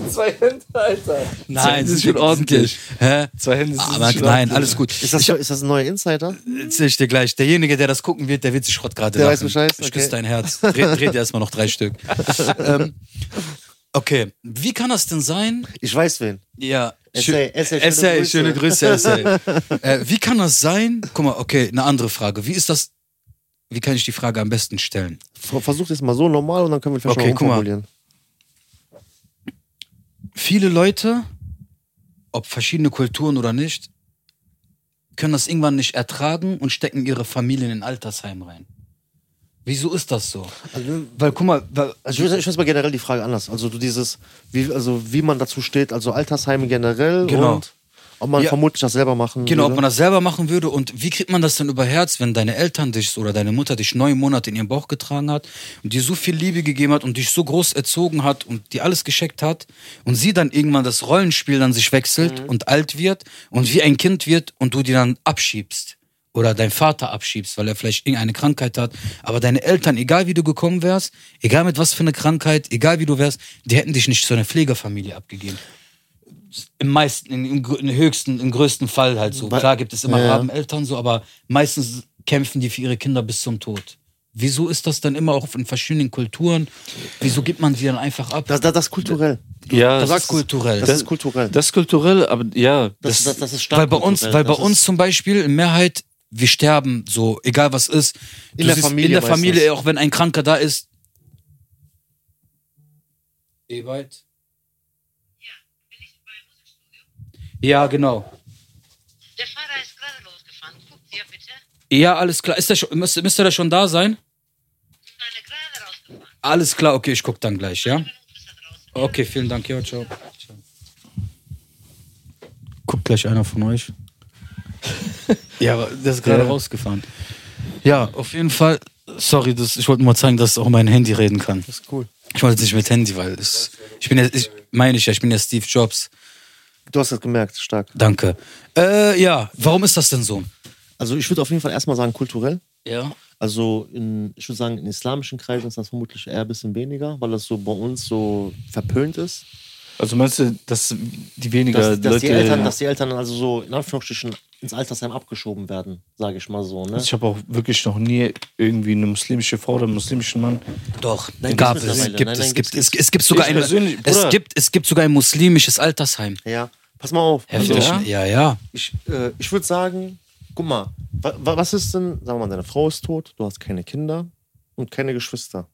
[SPEAKER 3] zwei Hände, Alter.
[SPEAKER 1] Nein,
[SPEAKER 3] das
[SPEAKER 1] das
[SPEAKER 3] ist schon ordentlich.
[SPEAKER 1] Hä?
[SPEAKER 3] Zwei Hände sind
[SPEAKER 1] Aber
[SPEAKER 3] schon
[SPEAKER 1] nein,
[SPEAKER 3] ordentlich.
[SPEAKER 1] alles gut.
[SPEAKER 2] Ist das,
[SPEAKER 1] ich
[SPEAKER 2] ist das ein neuer Insider?
[SPEAKER 1] erzähl ich dir gleich. Derjenige, der das gucken wird, der wird sich Schrott gerade
[SPEAKER 2] Der
[SPEAKER 1] lachen.
[SPEAKER 2] weiß Bescheid,
[SPEAKER 1] Ich
[SPEAKER 2] okay.
[SPEAKER 1] küsse dein Herz. Dreh, dreh dir erstmal noch drei
[SPEAKER 3] <laughs>
[SPEAKER 1] Stück. ähm, okay, wie kann das denn sein?
[SPEAKER 2] Ich weiß wen.
[SPEAKER 1] Ja.
[SPEAKER 2] Essay, Essay, schöne
[SPEAKER 1] Essay,
[SPEAKER 2] Grüße.
[SPEAKER 1] schöne Grüße, Essay.
[SPEAKER 2] <laughs>
[SPEAKER 1] äh, wie kann das sein? Guck mal, okay, eine andere Frage. Wie ist das? Wie kann ich die Frage am besten stellen?
[SPEAKER 2] Ver- Versuch das mal so normal und dann können wir vielleicht
[SPEAKER 1] Okay,
[SPEAKER 2] mal
[SPEAKER 1] guck mal.
[SPEAKER 2] umformulieren.
[SPEAKER 1] viele Leute, ob verschiedene Kulturen oder nicht, können das irgendwann nicht ertragen und stecken ihre Familien in Altersheim rein. Wieso ist das so?
[SPEAKER 2] Also,
[SPEAKER 1] Weil, guck mal, weil,
[SPEAKER 2] Also ich weiß mal generell die Frage anders. Also du dieses, wie, also wie man dazu steht, also Altersheime generell
[SPEAKER 1] Genau.
[SPEAKER 2] und ob man
[SPEAKER 1] Ja.
[SPEAKER 2] vermutlich das selber machen
[SPEAKER 1] genau, ob
[SPEAKER 2] würde.
[SPEAKER 1] man das selber machen würde und wie kriegt man das denn über Herz, wenn deine Eltern dich oder deine Mutter dich neun Monate in ihrem Bauch getragen hat und dir so viel Liebe gegeben hat und dich so groß erzogen hat und dir alles gescheckt hat und sie dann irgendwann das Rollenspiel dann sich wechselt
[SPEAKER 2] Mhm.
[SPEAKER 1] und alt wird und wie ein Kind wird und du die dann abschiebst. oder dein Vater abschiebst, weil er vielleicht irgendeine Krankheit hat, aber deine Eltern, egal wie du gekommen wärst, egal mit was für eine Krankheit, egal wie du wärst, die hätten dich nicht zu einer Pflegefamilie abgegeben. Im meisten, im, im, gr- im höchsten, im größten Fall halt so.
[SPEAKER 2] Weil-
[SPEAKER 1] Klar gibt es immer
[SPEAKER 2] Ja.
[SPEAKER 1] armen Eltern so, aber meistens kämpfen die für ihre Kinder bis zum Tod. Wieso ist das dann immer auch in verschiedenen Kulturen? Wieso gibt man sie dann einfach ab?
[SPEAKER 2] das, das, das ist kulturell.
[SPEAKER 3] Ja,
[SPEAKER 1] Du sagst
[SPEAKER 3] das,
[SPEAKER 1] kulturell.
[SPEAKER 2] Das, ist kulturell.
[SPEAKER 3] das ist kulturell, aber ja.
[SPEAKER 2] das, das, das ist stark
[SPEAKER 1] Weil bei uns,
[SPEAKER 2] kulturell.
[SPEAKER 1] weil bei
[SPEAKER 2] Das ist-
[SPEAKER 1] uns zum Beispiel in Mehrheit, wir sterben so, egal was ist. Du
[SPEAKER 2] In der
[SPEAKER 1] siehst,
[SPEAKER 2] Familie
[SPEAKER 1] In der
[SPEAKER 2] meistens.
[SPEAKER 1] Familie, auch wenn ein Kranker da ist. Ewald? Ja, genau.
[SPEAKER 4] Der Fahrer ist gerade losgefahren. Guckt ihr bitte.
[SPEAKER 1] Ja, alles klar. Ist der schon, müsste, müsste der schon da sein?
[SPEAKER 4] Nein, der gerade rausgefahren.
[SPEAKER 1] Alles klar, okay, ich guck dann gleich, ja?
[SPEAKER 4] Minuten ist er draußen.
[SPEAKER 1] Okay, vielen Dank. Ja, ciao. ciao. Guckt gleich einer von <laughs> euch. ja, aber der ist gerade
[SPEAKER 3] Ja.
[SPEAKER 1] rausgefahren. Ja, auf jeden Fall. Sorry, das, ich wollte nur mal zeigen, dass auch mein Handy reden kann.
[SPEAKER 2] Das ist cool.
[SPEAKER 1] Ich wollte jetzt nicht mit Handy, weil es, ich bin ja, ich meine ich ja, ich bin ja Steve Jobs.
[SPEAKER 2] Du hast das gemerkt, stark.
[SPEAKER 1] Danke. Äh, ja, warum ist das denn so?
[SPEAKER 2] Also ich würde auf jeden Fall erstmal sagen, kulturell.
[SPEAKER 1] Ja.
[SPEAKER 2] Also in, ich würde sagen, in islamischen Kreisen ist das vermutlich eher ein bisschen weniger, weil das so bei uns so verpönt ist.
[SPEAKER 3] Also meinst du, dass die weniger
[SPEAKER 2] Dass, dass,
[SPEAKER 3] Leute.
[SPEAKER 2] die, Eltern, dass die Eltern also so in Anführungsstrichen ins Altersheim abgeschoben werden, sage ich mal so. Ne?
[SPEAKER 3] ich habe auch wirklich noch nie irgendwie eine muslimische Frau oder einen muslimischen Mann.
[SPEAKER 1] Doch,
[SPEAKER 2] Nein,
[SPEAKER 1] gab
[SPEAKER 2] gibt's
[SPEAKER 1] es.
[SPEAKER 2] mittlerweile.
[SPEAKER 1] Gibt
[SPEAKER 2] Nein,
[SPEAKER 1] es,
[SPEAKER 2] nein,
[SPEAKER 1] gibt es, es gibt sogar
[SPEAKER 3] Ich
[SPEAKER 1] ein,
[SPEAKER 3] persönlich,
[SPEAKER 1] es
[SPEAKER 3] Bruder.
[SPEAKER 1] gibt, es gibt sogar ein muslimisches Altersheim.
[SPEAKER 2] Ja, pass mal auf.
[SPEAKER 1] Heftig.
[SPEAKER 2] Also,
[SPEAKER 1] Ja,
[SPEAKER 3] Ja?
[SPEAKER 1] ja.
[SPEAKER 2] ich, äh, ich würde sagen, guck mal, wa, wa, was ist denn, sagen wir mal, deine Frau ist tot, du hast keine Kinder und keine Geschwister.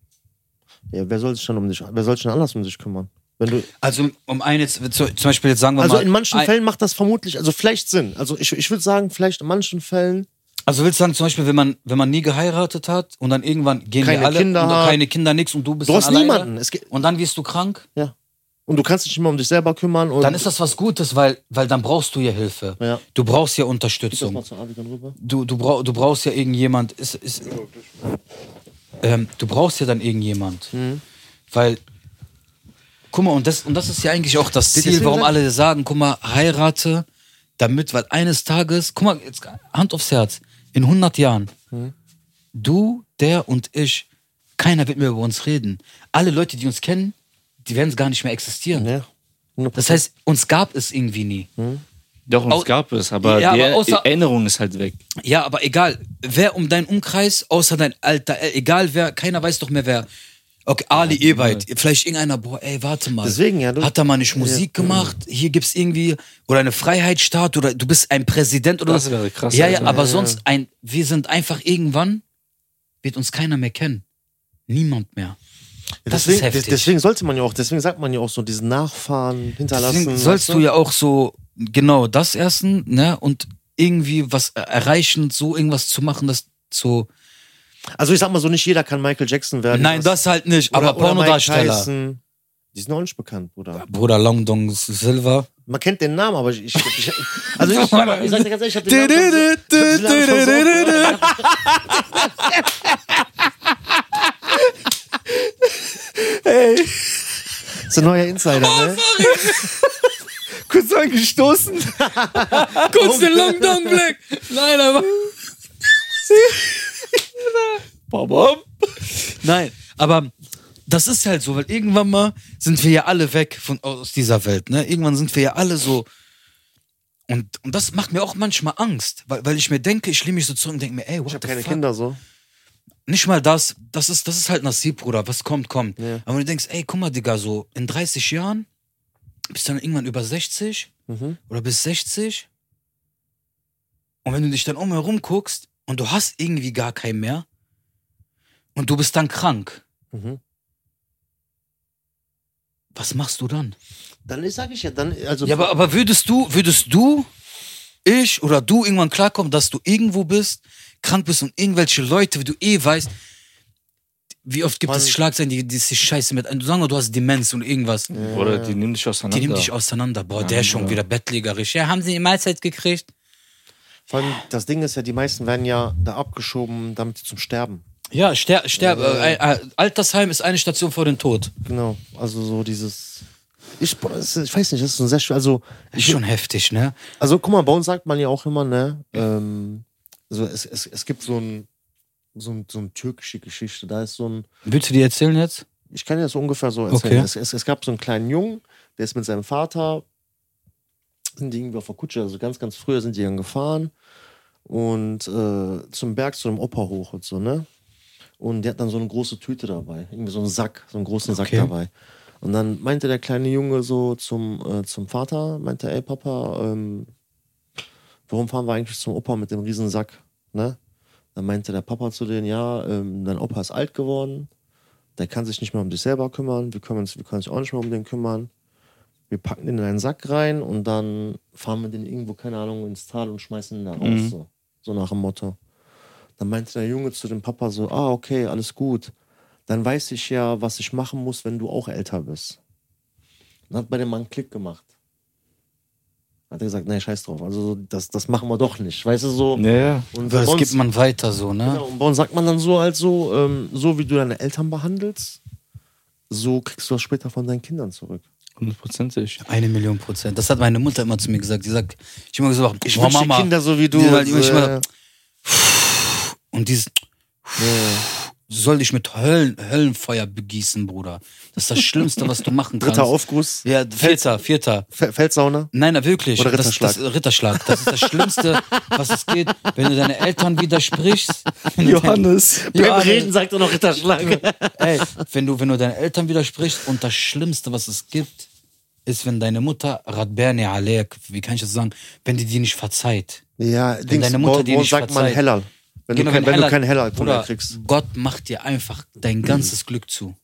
[SPEAKER 2] Ja, wer soll sich dann um dich, wer soll sich denn anders um dich kümmern? Wenn du,
[SPEAKER 1] Also um einen jetzt, zu- zum Beispiel jetzt sagen wir
[SPEAKER 2] also
[SPEAKER 1] mal.
[SPEAKER 2] in manchen
[SPEAKER 1] ein,
[SPEAKER 2] Fällen macht das vermutlich, also vielleicht Sinn. Also ich, ich würde sagen, vielleicht in manchen Fällen,
[SPEAKER 1] Also willst du sagen, zum Beispiel, wenn man, wenn man nie geheiratet hat und dann irgendwann gehen
[SPEAKER 2] Keine
[SPEAKER 1] wir alle
[SPEAKER 2] Kinder
[SPEAKER 1] und
[SPEAKER 2] hat.
[SPEAKER 1] keine Kinder, nix und du bist
[SPEAKER 2] du
[SPEAKER 1] dann
[SPEAKER 2] hast
[SPEAKER 1] alleine
[SPEAKER 2] niemanden. Es geht,
[SPEAKER 1] und dann wirst du krank,
[SPEAKER 2] ja. Und du kannst dich nicht mehr um dich selber kümmern. Und
[SPEAKER 1] dann ist das was Gutes, weil, weil dann brauchst du ja Hilfe.
[SPEAKER 2] Ja.
[SPEAKER 1] Du brauchst ja
[SPEAKER 2] Gib das mal
[SPEAKER 1] Unterstützung.
[SPEAKER 2] zu Avigan rüber.
[SPEAKER 1] Du, du, brauch, du brauchst ja irgendjemand. Ist, ist, ähm, du brauchst ja dann irgendjemand. Weil, guck mal, und das, und das ist ja eigentlich auch das Ziel,
[SPEAKER 2] deswegen
[SPEAKER 1] warum
[SPEAKER 2] sag-
[SPEAKER 1] alle sagen, guck mal, heirate, damit, weil eines Tages, guck mal, jetzt Hand aufs Herz, in 100 Jahren, du, der und ich, keiner wird mehr über uns reden. Alle Leute, die uns kennen, die werden es gar nicht mehr existieren.
[SPEAKER 2] Ja.
[SPEAKER 1] Das heißt, uns gab es irgendwie nie.
[SPEAKER 3] Doch,
[SPEAKER 1] Au-
[SPEAKER 3] uns gab es, aber
[SPEAKER 1] Ja,
[SPEAKER 3] die
[SPEAKER 1] aber außer-
[SPEAKER 3] Erinnerung ist halt weg.
[SPEAKER 1] Ja, aber egal, wer um deinen Umkreis, außer dein Alter, äh, egal wer, keiner weiß doch mehr wer. Okay, Ali Ebert, vielleicht irgendeiner, boah, ey, warte mal.
[SPEAKER 2] Deswegen, ja, du-
[SPEAKER 1] Hat da mal nicht Musik gemacht? Hier gibt's irgendwie, oder eine Freiheitsstaat, oder du bist ein Präsident oder
[SPEAKER 3] Das
[SPEAKER 1] was.
[SPEAKER 3] wäre krass,
[SPEAKER 1] Ja, ja,
[SPEAKER 3] Alter.
[SPEAKER 1] aber sonst ein, wir sind einfach irgendwann, wird uns keiner mehr kennen. Niemand mehr. Das
[SPEAKER 2] deswegen,
[SPEAKER 1] ist heftig.
[SPEAKER 2] Deswegen sollte man ja auch, deswegen sagt man ja auch so diesen Nachfahren hinterlassen.
[SPEAKER 1] Deswegen sollst
[SPEAKER 2] weißt
[SPEAKER 1] du ja auch so genau das ersten, ne, und irgendwie was erreichen, so irgendwas zu machen, das so.
[SPEAKER 2] Also ich sag mal so, nicht jeder kann Michael Jackson werden.
[SPEAKER 1] Nein, das halt nicht,
[SPEAKER 2] Oder-
[SPEAKER 1] aber
[SPEAKER 2] oder Mike
[SPEAKER 1] Pornodarsteller.
[SPEAKER 2] Tyson. Die sind auch nicht bekannt, Bruder.
[SPEAKER 1] Bruder Long Dong Silver.
[SPEAKER 2] Man kennt den Namen, aber ich. ich, ich also
[SPEAKER 1] <laughs>
[SPEAKER 2] ich, ich, sag dir ganz ehrlich, ich hab den Namen. schon so- ich hab den Namen schon so-
[SPEAKER 1] <laughs>
[SPEAKER 2] Das <laughs> ist ein neuer Insider,
[SPEAKER 1] Oh,
[SPEAKER 2] ne? <laughs>
[SPEAKER 3] Kurz angestoßen.
[SPEAKER 1] Kurz den Long Dong Black. Nein, aber.
[SPEAKER 3] Bam, bam.
[SPEAKER 1] Nein, aber das ist halt so, weil irgendwann mal sind wir ja alle weg von, aus dieser Welt. Ne? Irgendwann sind wir ja alle so. Und, und das macht mir auch manchmal Angst, weil, weil ich mir denke, ich lehne mich so zurück und denke mir, ey, what
[SPEAKER 2] Ich habe
[SPEAKER 1] the
[SPEAKER 2] keine
[SPEAKER 1] fuck?
[SPEAKER 2] Kinder so.
[SPEAKER 1] Nicht mal das, das ist, das ist halt Nasib, Bruder, was kommt, kommt.
[SPEAKER 2] Ja.
[SPEAKER 1] Aber du denkst, ey, guck mal, Digga, so in 30 Jahren bist du dann irgendwann über 60
[SPEAKER 2] Mhm.
[SPEAKER 1] oder bis 60. Und wenn du dich dann um herum guckst und du hast irgendwie gar keinen mehr und du bist dann krank,
[SPEAKER 2] Mhm.
[SPEAKER 1] was machst du dann?
[SPEAKER 2] Dann sage ich ja, dann, also.
[SPEAKER 1] Ja, aber, aber würdest du, würdest du, ich oder du irgendwann klarkommen, dass du irgendwo bist, krank bist und irgendwelche Leute, wie du eh weißt, wie oft gibt es
[SPEAKER 2] Mann.
[SPEAKER 1] Schlagzeilen, die, die sich scheiße mit Du Sagen wir, du hast Demenz und irgendwas.
[SPEAKER 3] Oder die nehmen dich auseinander.
[SPEAKER 1] Die nehmen dich auseinander. Boah, der
[SPEAKER 3] Ja,
[SPEAKER 1] ist schon
[SPEAKER 3] Bruder.
[SPEAKER 1] wieder bettlägerisch. Ja, haben sie die Mahlzeit gekriegt?
[SPEAKER 2] vor allem, das Ding ist ja, die meisten werden ja da abgeschoben, damit sie zum Sterben.
[SPEAKER 1] Ja, sterb, sterb. Äh, äh, Altersheim ist eine Station vor dem Tod.
[SPEAKER 2] Genau. Also so dieses. Ich, boah, das ist- ich weiß nicht, das ist ein sehr schwer. Also,
[SPEAKER 1] Ist schon heftig, ne?
[SPEAKER 2] also guck mal, bei uns sagt man ja auch immer, ne? Ähm, also es, es, es gibt so ein, so ein, so ein türkische Geschichte. Da ist so ein,
[SPEAKER 1] Willst du dir erzählen jetzt?
[SPEAKER 2] ich kann dir das so ungefähr so erzählen.
[SPEAKER 1] Okay.
[SPEAKER 2] Es, es, es gab so einen kleinen Jungen, der ist mit seinem Vater, sind die irgendwie auf der Kutsche, also ganz, ganz früher sind die dann gefahren und äh, zum Berg zu einem Opa hoch und so, ne? Und der hat dann so eine große Tüte dabei, irgendwie so einen Sack, so einen großen Sack
[SPEAKER 1] Okay.
[SPEAKER 2] dabei. Und dann meinte der kleine Junge so zum, äh, zum Vater, meinte, ey Papa, ähm, warum fahren wir eigentlich zum Opa mit dem riesen Sack, ne? Dann meinte der Papa zu denen, ja, ähm, dein Opa ist alt geworden, der kann sich nicht mehr um sich selber kümmern, wir können uns, wir können uns auch nicht mehr um den kümmern. Wir packen den in einen Sack rein und dann fahren wir den irgendwo, keine Ahnung, ins Tal und schmeißen ihn da raus. So. so nach dem Motto. Dann meinte der Junge zu dem Papa so, ah, okay, alles gut. Dann weiß ich ja, was ich machen muss, wenn du auch älter bist. Dann hat bei dem Mann einen Klick gemacht. Hat er gesagt, nee, scheiß drauf. Also das, das machen wir doch nicht. Weißt du so?
[SPEAKER 3] Ja, ja.
[SPEAKER 2] Und bei
[SPEAKER 1] Das
[SPEAKER 2] uns-
[SPEAKER 1] gibt man weiter so, ne?
[SPEAKER 2] Genau, und bei uns sagt man dann so halt so, ähm, so wie du deine Eltern behandelst, so kriegst du das später von deinen Kindern zurück.
[SPEAKER 3] Hundertprozentig.
[SPEAKER 1] Eine Million Prozent. Das hat meine Mutter immer zu mir gesagt. Die sagt, ich immer gesagt,
[SPEAKER 2] Ich
[SPEAKER 1] boah,
[SPEAKER 2] wünsche Kinder so wie du.
[SPEAKER 1] Die, halt immer- ich
[SPEAKER 2] äh,
[SPEAKER 1] immer, und dieses
[SPEAKER 2] nee.
[SPEAKER 1] soll dich mit Höllen, Höllenfeuer begießen, Bruder. Das ist das Schlimmste, was du machen kannst.
[SPEAKER 2] Dritter Aufguss,
[SPEAKER 1] Ja, vierter, vierter.
[SPEAKER 2] Fe- Feldsauna.
[SPEAKER 1] Nein, na, wirklich.
[SPEAKER 2] Oder
[SPEAKER 1] Das, das, Ritterschlag. Das ist das Schlimmste, was es geht, wenn du deine Eltern
[SPEAKER 2] <laughs>
[SPEAKER 1] widersprichst. Wenn du
[SPEAKER 3] Johannes.
[SPEAKER 1] Deine, Johannes.
[SPEAKER 2] sagt er noch Ritterschlag.
[SPEAKER 1] Ey, wenn du, wenn du deinen Eltern widersprichst und das Schlimmste, was es gibt, ist, wenn deine Mutter, Radberni Alek, wie kann ich das sagen, wenn die dir nicht verzeiht.
[SPEAKER 2] Ja, Dings,
[SPEAKER 1] deine
[SPEAKER 2] bei-
[SPEAKER 1] Mutter
[SPEAKER 2] bei
[SPEAKER 1] dir
[SPEAKER 2] uns
[SPEAKER 1] nicht
[SPEAKER 2] sagt man
[SPEAKER 1] verzeiht.
[SPEAKER 2] Heller. Wenn,
[SPEAKER 1] Genau,
[SPEAKER 2] du, kein, wenn du
[SPEAKER 1] Hellal-
[SPEAKER 2] keinen Heller von
[SPEAKER 1] Bruder,
[SPEAKER 2] der kriegst.
[SPEAKER 1] Gott macht dir einfach dein ganzes Glück zu.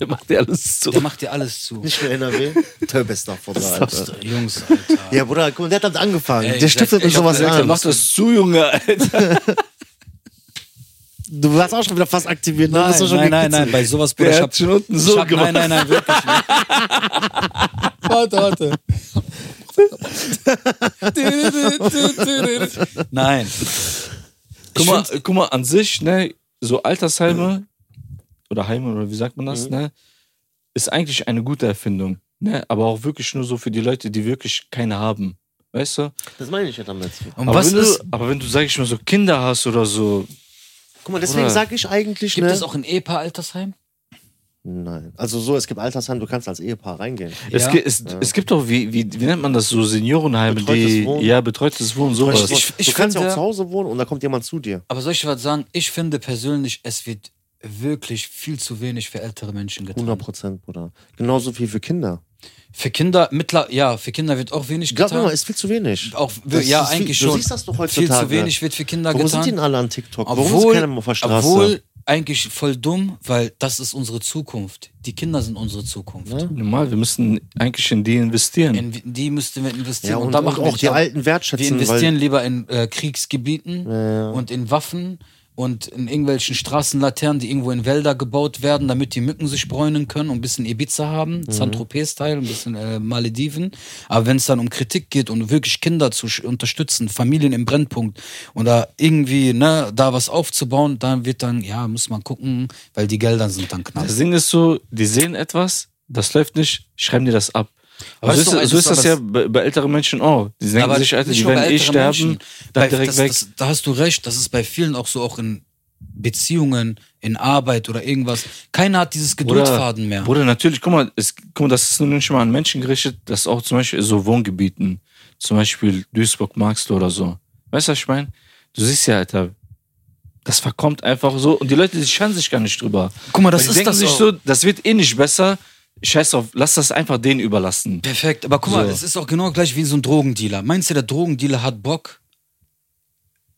[SPEAKER 3] Der macht dir alles zu.
[SPEAKER 1] Der macht dir alles zu.
[SPEAKER 2] Nicht für NRW. Töbester von der Alter. <laughs>
[SPEAKER 1] Jungs, Alter.
[SPEAKER 2] Ja, Bruder, guck mal, der hat damit angefangen.
[SPEAKER 1] Ey,
[SPEAKER 2] der
[SPEAKER 1] ich
[SPEAKER 2] stiftet
[SPEAKER 1] sag-
[SPEAKER 2] mit
[SPEAKER 1] ich hab
[SPEAKER 2] sowas
[SPEAKER 1] gesagt,
[SPEAKER 3] Der
[SPEAKER 2] an.
[SPEAKER 3] macht das zu, Junge, Alter.
[SPEAKER 2] Du warst auch schon wieder fast aktiviert. ne? Du bist doch schon
[SPEAKER 1] nein, nein,
[SPEAKER 2] gekitzelt.
[SPEAKER 1] nein, bei sowas, Bruder,
[SPEAKER 3] Der
[SPEAKER 1] ich
[SPEAKER 3] hat
[SPEAKER 1] hab,
[SPEAKER 3] schon unten so
[SPEAKER 1] ich hab,
[SPEAKER 3] gemacht.
[SPEAKER 1] Nein, nein, nein, wirklich nicht. warte, warte. <laughs> nein.
[SPEAKER 3] Guck mal, guck mal, an sich, ne, so Altersheime oder Heime oder wie sagt man das, ne, ist eigentlich eine gute Erfindung, ne, aber auch wirklich nur so für die Leute, die wirklich keine haben, weißt du?
[SPEAKER 2] Das meine ich ja damit.
[SPEAKER 1] Und
[SPEAKER 3] Aber,
[SPEAKER 1] was
[SPEAKER 3] wenn,
[SPEAKER 1] ist,
[SPEAKER 3] du, aber wenn du, sag ich mal, so Kinder hast oder so,
[SPEAKER 2] Guck mal, deswegen
[SPEAKER 3] Bruder.
[SPEAKER 2] sage ich eigentlich,
[SPEAKER 1] gibt
[SPEAKER 2] ne?
[SPEAKER 1] es auch ein Ehepaar-Altersheim?
[SPEAKER 2] Nein. Also so, es gibt Altersheim, du kannst als Ehepaar reingehen.
[SPEAKER 3] es,
[SPEAKER 1] Ja.
[SPEAKER 3] gibt, es, es gibt auch, wie, wie, wie nennt man das, so Seniorenheime,
[SPEAKER 2] Betreutes
[SPEAKER 3] die,
[SPEAKER 2] Wohnen.
[SPEAKER 3] ja, betreutes Wohnen, sowas.
[SPEAKER 1] Ich- ich
[SPEAKER 2] du kannst ja auch
[SPEAKER 1] finde-
[SPEAKER 2] zu Hause wohnen und da kommt jemand zu dir.
[SPEAKER 1] Aber soll ich dir was sagen? Ich finde persönlich, es wird wirklich viel zu wenig für ältere Menschen getan.
[SPEAKER 2] 100 Prozent, Bruder. Genauso viel für Kinder.
[SPEAKER 1] Für Kinder, mittler, ja, für Kinder wird auch wenig
[SPEAKER 2] Glaub mir mal,
[SPEAKER 1] getan.
[SPEAKER 2] ist viel zu wenig.
[SPEAKER 1] Auch,
[SPEAKER 2] Das
[SPEAKER 1] ja,
[SPEAKER 2] ist viel-
[SPEAKER 1] eigentlich
[SPEAKER 2] du
[SPEAKER 1] schon.
[SPEAKER 2] siehst das doch
[SPEAKER 1] Viel
[SPEAKER 2] heutzutage.
[SPEAKER 1] zu wenig wird für Kinder
[SPEAKER 2] Warum
[SPEAKER 1] getan.
[SPEAKER 2] sind die denn alle an TikTok? Warum ist keiner mehr auf der Straße?
[SPEAKER 1] obwohl, eigentlich voll dumm, weil das ist unsere Zukunft. Die Kinder sind unsere Zukunft.
[SPEAKER 2] Ne?
[SPEAKER 3] Normal, wir müssten eigentlich in die investieren.
[SPEAKER 1] In die müssten wir investieren.
[SPEAKER 2] ja,
[SPEAKER 1] und,
[SPEAKER 2] und,
[SPEAKER 1] da
[SPEAKER 2] und
[SPEAKER 1] machen wir
[SPEAKER 2] auch
[SPEAKER 1] nicht
[SPEAKER 2] die
[SPEAKER 1] ab.
[SPEAKER 2] Alten
[SPEAKER 1] Wir
[SPEAKER 2] wertschätzen,
[SPEAKER 1] investieren
[SPEAKER 2] weil
[SPEAKER 1] lieber in äh, Kriegsgebieten
[SPEAKER 2] ja.
[SPEAKER 1] und in Waffen und in irgendwelchen Straßenlaternen, die irgendwo in Wälder gebaut werden, damit die Mücken sich bräunen können und ein bisschen Ibiza haben,
[SPEAKER 2] Mhm.
[SPEAKER 1] Saint-Tropez-Teil, ein bisschen äh, Malediven. Aber wenn es dann um Kritik geht und wirklich Kinder zu sch- unterstützen, Familien im Brennpunkt oder irgendwie ne, da was aufzubauen, dann wird dann, ja, muss man gucken, weil die Gelder sind dann knapp.
[SPEAKER 3] Das Ding ist so, die sehen etwas, das läuft nicht, schreiben dir das ab.
[SPEAKER 1] Aber
[SPEAKER 3] Aber so
[SPEAKER 1] das
[SPEAKER 3] ist,
[SPEAKER 1] ist doch-
[SPEAKER 3] so
[SPEAKER 1] das
[SPEAKER 3] ist das
[SPEAKER 1] ist
[SPEAKER 3] ja
[SPEAKER 1] doch
[SPEAKER 3] bei, bei älteren Menschen auch. Die denken sich, Alter,
[SPEAKER 1] nicht
[SPEAKER 3] die
[SPEAKER 1] nur bei
[SPEAKER 3] werden eh
[SPEAKER 1] älteren
[SPEAKER 3] sterben,
[SPEAKER 1] Menschen.
[SPEAKER 3] dann
[SPEAKER 1] Bei-
[SPEAKER 3] direkt
[SPEAKER 1] das,
[SPEAKER 3] weg.
[SPEAKER 1] Das, da hast du recht, das ist bei vielen auch so, auch in Beziehungen, in Arbeit oder irgendwas. Keiner hat dieses Geduldsfaden mehr.
[SPEAKER 3] Bruder, natürlich, guck mal, es, guck mal, das ist nur nicht mal an Menschen gerichtet, das ist auch zum Beispiel in so Wohngebieten, zum Beispiel Duisburg, Marxloh oder so. Weißt du, was ich meine? Du siehst ja, Alter, das verkommt einfach so und die Leute, die scheren sich gar nicht drüber.
[SPEAKER 1] Guck mal,
[SPEAKER 3] Weil
[SPEAKER 1] das
[SPEAKER 3] die
[SPEAKER 1] ist
[SPEAKER 3] denken
[SPEAKER 1] das
[SPEAKER 3] sich
[SPEAKER 1] auch.
[SPEAKER 3] so, das wird eh nicht besser. Scheiß auf, lass das einfach denen überlassen.
[SPEAKER 1] Perfekt, aber guck mal,
[SPEAKER 3] So.
[SPEAKER 1] es ist auch genau gleich wie so ein Drogendealer. Meinst du, der Drogendealer hat Bock,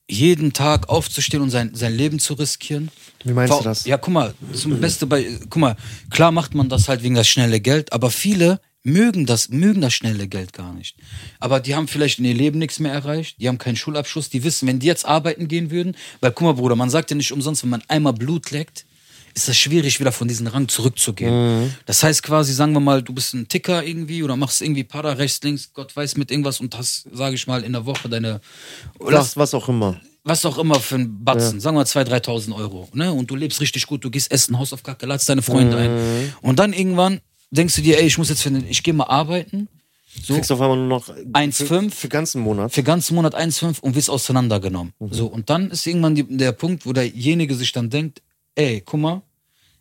[SPEAKER 1] jeden Tag aufzustehen und sein, sein Leben zu riskieren?
[SPEAKER 2] Wie meinst
[SPEAKER 1] Vor-
[SPEAKER 2] du das?
[SPEAKER 1] Ja, guck mal, zum Beste bei, guck mal, klar macht man das halt wegen das schnelle Geld, aber viele mögen das, mögen das schnelle Geld gar nicht. Aber die haben vielleicht in ihr Leben nichts mehr erreicht, die haben keinen Schulabschluss, die wissen, wenn die jetzt arbeiten gehen würden, weil guck mal, Bruder, man sagt ja nicht umsonst, wenn man einmal Blut leckt, ist das schwierig, wieder von diesem Rang zurückzugehen. Das heißt quasi, sagen wir mal, du bist ein Ticker irgendwie oder machst irgendwie Para rechts, links, Gott weiß mit irgendwas und hast, sage ich mal, in der Woche deine,
[SPEAKER 2] Das, was auch immer.
[SPEAKER 1] was auch immer für ein Batzen, sagen wir mal 2.000, 3.000 Euro. Ne? Und du lebst richtig gut, du gehst essen, Haus auf Kacke, ladst deine Freunde ein. Und dann irgendwann denkst du dir, ey, ich muss jetzt für den, ich gehe mal arbeiten. So,
[SPEAKER 2] Kriegst auf einmal nur noch äh,
[SPEAKER 1] 1,5.
[SPEAKER 2] für, für ganzen Monat.
[SPEAKER 1] für ganzen Monat 1,5 und wirst auseinandergenommen. So, und dann ist irgendwann die, der Punkt, wo derjenige sich dann denkt, ey, guck mal,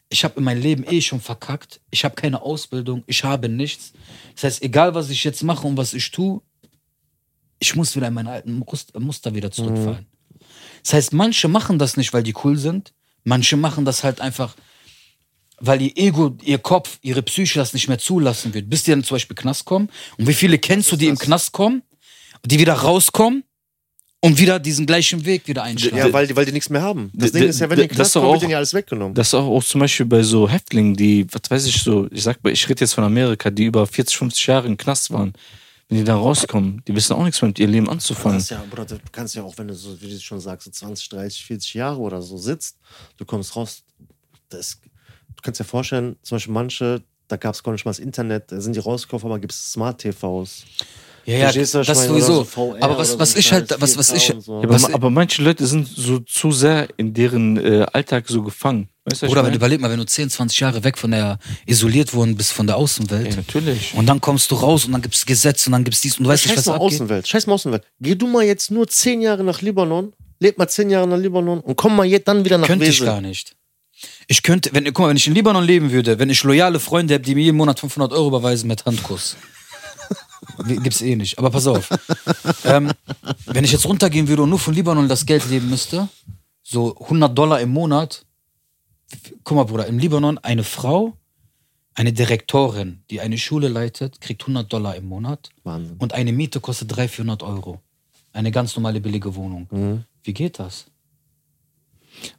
[SPEAKER 1] ich habe in meinem Leben eh schon verkackt, ich habe keine Ausbildung, ich habe nichts. Das heißt, egal was ich jetzt mache und was ich tue, ich muss wieder in meine alten Rust- Muster wieder zurückfallen. Das heißt, manche machen das nicht, weil die cool sind, manche machen das halt einfach, weil ihr Ego, ihr Kopf, ihre Psyche das nicht mehr zulassen wird. Bis die dann zum Beispiel in den Knast kommen. Und wie viele kennst du, die im Knast kommen, die wieder rauskommen und wieder diesen gleichen Weg wieder einschlagen?
[SPEAKER 2] Ja, weil die, weil die nichts mehr haben. Das
[SPEAKER 3] d-
[SPEAKER 2] Ding ist ja, wenn
[SPEAKER 3] d-
[SPEAKER 2] die
[SPEAKER 3] das
[SPEAKER 2] Knast
[SPEAKER 3] ist doch
[SPEAKER 2] kommen,
[SPEAKER 3] auch-
[SPEAKER 2] wird denen ja alles weggenommen.
[SPEAKER 3] Das ist auch, auch zum Beispiel bei so Häftlingen, die, was weiß ich so, ich sag mal, ich rede jetzt von Amerika, die über 40, 50 Jahre im Knast waren. Wenn die da rauskommen, die wissen auch nichts mehr mit ihrem Leben anzufangen.
[SPEAKER 2] Das ja, Bruder, du kannst ja auch, wenn du so, wie du schon sagst, so 20, 30, 40 Jahre oder so sitzt, du kommst raus, das, du kannst dir vorstellen, zum Beispiel manche, da gab es gar nicht mal das Internet, da sind die rausgekommen, aber gibt es Smart-TVs.
[SPEAKER 1] Ja, ja,
[SPEAKER 2] Verstehst du,
[SPEAKER 1] das
[SPEAKER 2] Schwein, oder
[SPEAKER 1] sowieso.
[SPEAKER 2] so VR
[SPEAKER 1] aber was,
[SPEAKER 2] Also oder
[SPEAKER 1] was
[SPEAKER 2] so ein
[SPEAKER 1] ich halt,
[SPEAKER 2] kleines
[SPEAKER 1] was, was ich,
[SPEAKER 2] 4K und so.
[SPEAKER 3] Ja,
[SPEAKER 1] was,
[SPEAKER 3] aber, aber manche Leute sind so zu sehr in deren äh, Alltag so gefangen. Weißt du,
[SPEAKER 1] Bruder,
[SPEAKER 3] was ich
[SPEAKER 1] wenn,
[SPEAKER 3] meine?
[SPEAKER 1] überleg mal, wenn du 10, 20 Jahre weg von der, isoliert wurden bist von der Außenwelt.
[SPEAKER 3] Ja, natürlich.
[SPEAKER 1] Und dann kommst du raus und dann gibt's Gesetze und dann gibt's dies und du weißt nicht,
[SPEAKER 2] Scheiß
[SPEAKER 1] was
[SPEAKER 2] mal
[SPEAKER 1] abgeht.
[SPEAKER 2] Außenwelt, scheiß mal Außenwelt. Geh du mal jetzt nur 10 Jahre nach Libanon, leb mal 10 Jahre nach Libanon und komm mal jetzt dann wieder nach
[SPEAKER 1] Könnte ich
[SPEAKER 2] Wesel.
[SPEAKER 1] gar nicht. Ich könnte, wenn, guck mal, wenn ich in Libanon leben würde, wenn ich loyale Freunde habe, die mir jeden Monat 500 Euro überweisen mit Handkuss.
[SPEAKER 2] <laughs>
[SPEAKER 1] G- Gibt's eh nicht, aber pass auf. ähm, wenn ich jetzt runtergehen würde und nur von Libanon das Geld leben müsste, so 100 Dollar im Monat. Guck mal, Bruder, im Libanon eine Frau, eine Direktorin, die eine Schule leitet, kriegt 100 Dollar im Monat.
[SPEAKER 2] Wahnsinn.
[SPEAKER 1] Und eine Miete kostet 300, 400 Euro. Eine ganz normale billige Wohnung.
[SPEAKER 2] Mhm.
[SPEAKER 1] Wie geht das?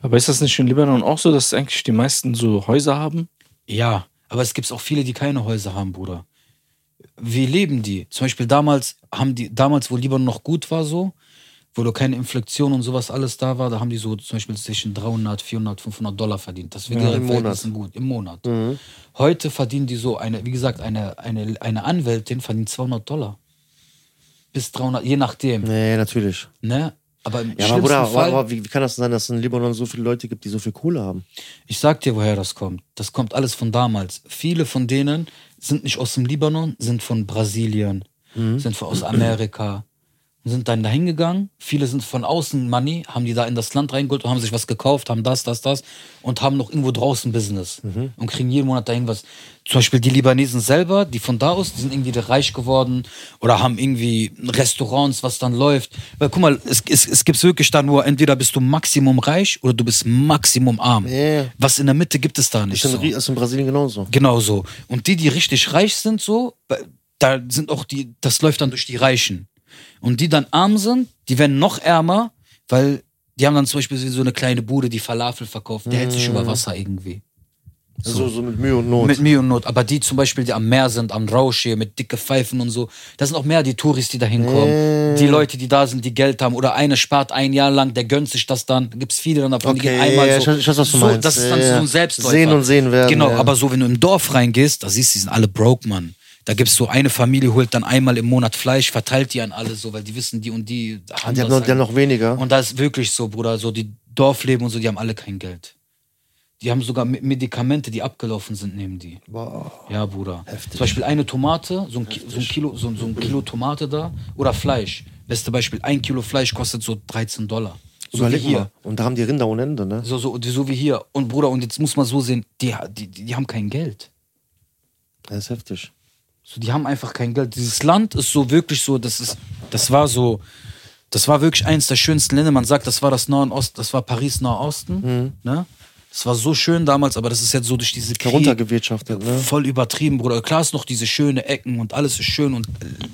[SPEAKER 3] aber ist das nicht in Libanon auch so, dass eigentlich die meisten so Häuser haben?
[SPEAKER 1] Ja, aber es gibt auch viele, die keine Häuser haben, Bruder. Wie leben die? Zum Beispiel damals haben die, damals, wo Libanon noch gut war, so, wo da keine Inflation und sowas alles da war, da haben die so zum Beispiel zwischen 300, 400, 500 Dollar verdient. Das wird ja,
[SPEAKER 2] im Monat. Mhm.
[SPEAKER 1] gut im Monat. Heute verdienen die so eine, wie gesagt, eine, eine, eine Anwältin verdient 200 Dollar bis 300, je nachdem.
[SPEAKER 2] Nee, natürlich.
[SPEAKER 1] Ne? Aber im
[SPEAKER 2] Ja, aber
[SPEAKER 1] schlimmsten
[SPEAKER 2] Bruder, aber-
[SPEAKER 1] Fall,
[SPEAKER 2] aber wie, wie kann das sein, dass es in Libanon so viele Leute gibt, die so viel Kohle haben?
[SPEAKER 1] Ich sag dir, woher das kommt. Das kommt alles von damals. Viele von denen sind nicht aus dem Libanon, sind von Brasilien, sind von aus Amerika und sind dann dahin gegangen. Viele sind von außen Money, haben die da in das Land reingeholt und haben sich was gekauft, haben das, das, das und haben noch irgendwo draußen Business und kriegen jeden Monat da irgendwas. Zum Beispiel die Libanesen selber, die von da aus, die sind irgendwie reich geworden oder haben irgendwie Restaurants, was dann läuft. Weil guck mal, es, es, es gibt wirklich da nur, entweder bist du maximum reich oder du bist maximum arm.
[SPEAKER 2] Ja.
[SPEAKER 1] Was in der Mitte gibt es da nicht.
[SPEAKER 2] Ist in,
[SPEAKER 1] so.
[SPEAKER 2] Ri- ist in Brasilien genauso.
[SPEAKER 1] Genau so. Und die, die richtig reich sind, so, da sind auch die, das läuft dann durch die Reichen. Und die dann arm sind, die werden noch ärmer, weil die haben dann zum Beispiel so eine kleine Bude, die Falafel verkauft, der hält sich über Wasser irgendwie.
[SPEAKER 2] So, so mit Mühe und Not.
[SPEAKER 1] Mit Mühe und Not. Aber die zum Beispiel, die am Meer sind, am Rausch hier, mit dicke Pfeifen und so, das sind auch mehr die Touris, die da hinkommen. Die Leute, die da sind, die Geld haben. Oder einer spart ein Jahr lang, der gönnt sich das dann. Gibt es viele dann davon, die
[SPEAKER 2] Okay,
[SPEAKER 1] gehen einmal
[SPEAKER 2] ja,
[SPEAKER 1] so.
[SPEAKER 2] ich weiß- ich weiß, was du
[SPEAKER 1] so
[SPEAKER 2] meinst.
[SPEAKER 1] Das ist dann
[SPEAKER 2] Ja, ja.
[SPEAKER 1] so ein Selbstläufer.
[SPEAKER 2] Sehen und sehen werden,
[SPEAKER 1] Genau,
[SPEAKER 2] ja.
[SPEAKER 1] aber so, wenn du im Dorf reingehst, da siehst du, die sind alle broke, Mann. Da gibt's so eine Familie, holt dann einmal im Monat Fleisch, verteilt die an alle so, weil die wissen, die und die haben
[SPEAKER 2] Die
[SPEAKER 1] das
[SPEAKER 2] haben noch, die
[SPEAKER 1] halt.
[SPEAKER 2] haben noch weniger.
[SPEAKER 1] Und da ist wirklich so, Bruder, so die Dorfleben und so, die haben alle kein Geld. Die haben sogar Me- Medikamente, die abgelaufen sind, nehmen die. Ja, Bruder. Zum Beispiel eine Tomate, so ein, Ki so ein, Kilo, so, ein- so ein Kilo Tomate da oder Fleisch. Beste Beispiel, ein Kilo Fleisch kostet so 13 Dollar. So
[SPEAKER 2] Überleg
[SPEAKER 1] wie hier.
[SPEAKER 2] mal. Und da haben die Rinder ohne Ende, ne?
[SPEAKER 1] So, so, so wie hier. Und Bruder, und jetzt muss man so sehen, die, die, die haben kein Geld.
[SPEAKER 2] Das ist heftig.
[SPEAKER 1] So, die haben einfach kein Geld. Dieses Land ist so wirklich so, das ist, das war so, das war wirklich eins der schönsten Länder. Man sagt, das war das Nahen Osten, das war Paris Nahen
[SPEAKER 2] Mhm.
[SPEAKER 1] Osten. Ne? Das war so schön damals, aber das ist jetzt so durch diese Krieg
[SPEAKER 2] Heruntergewirtschaftet, ne?
[SPEAKER 1] voll übertrieben, Bruder. Klar ist noch diese schöne Ecken und alles ist schön und äh,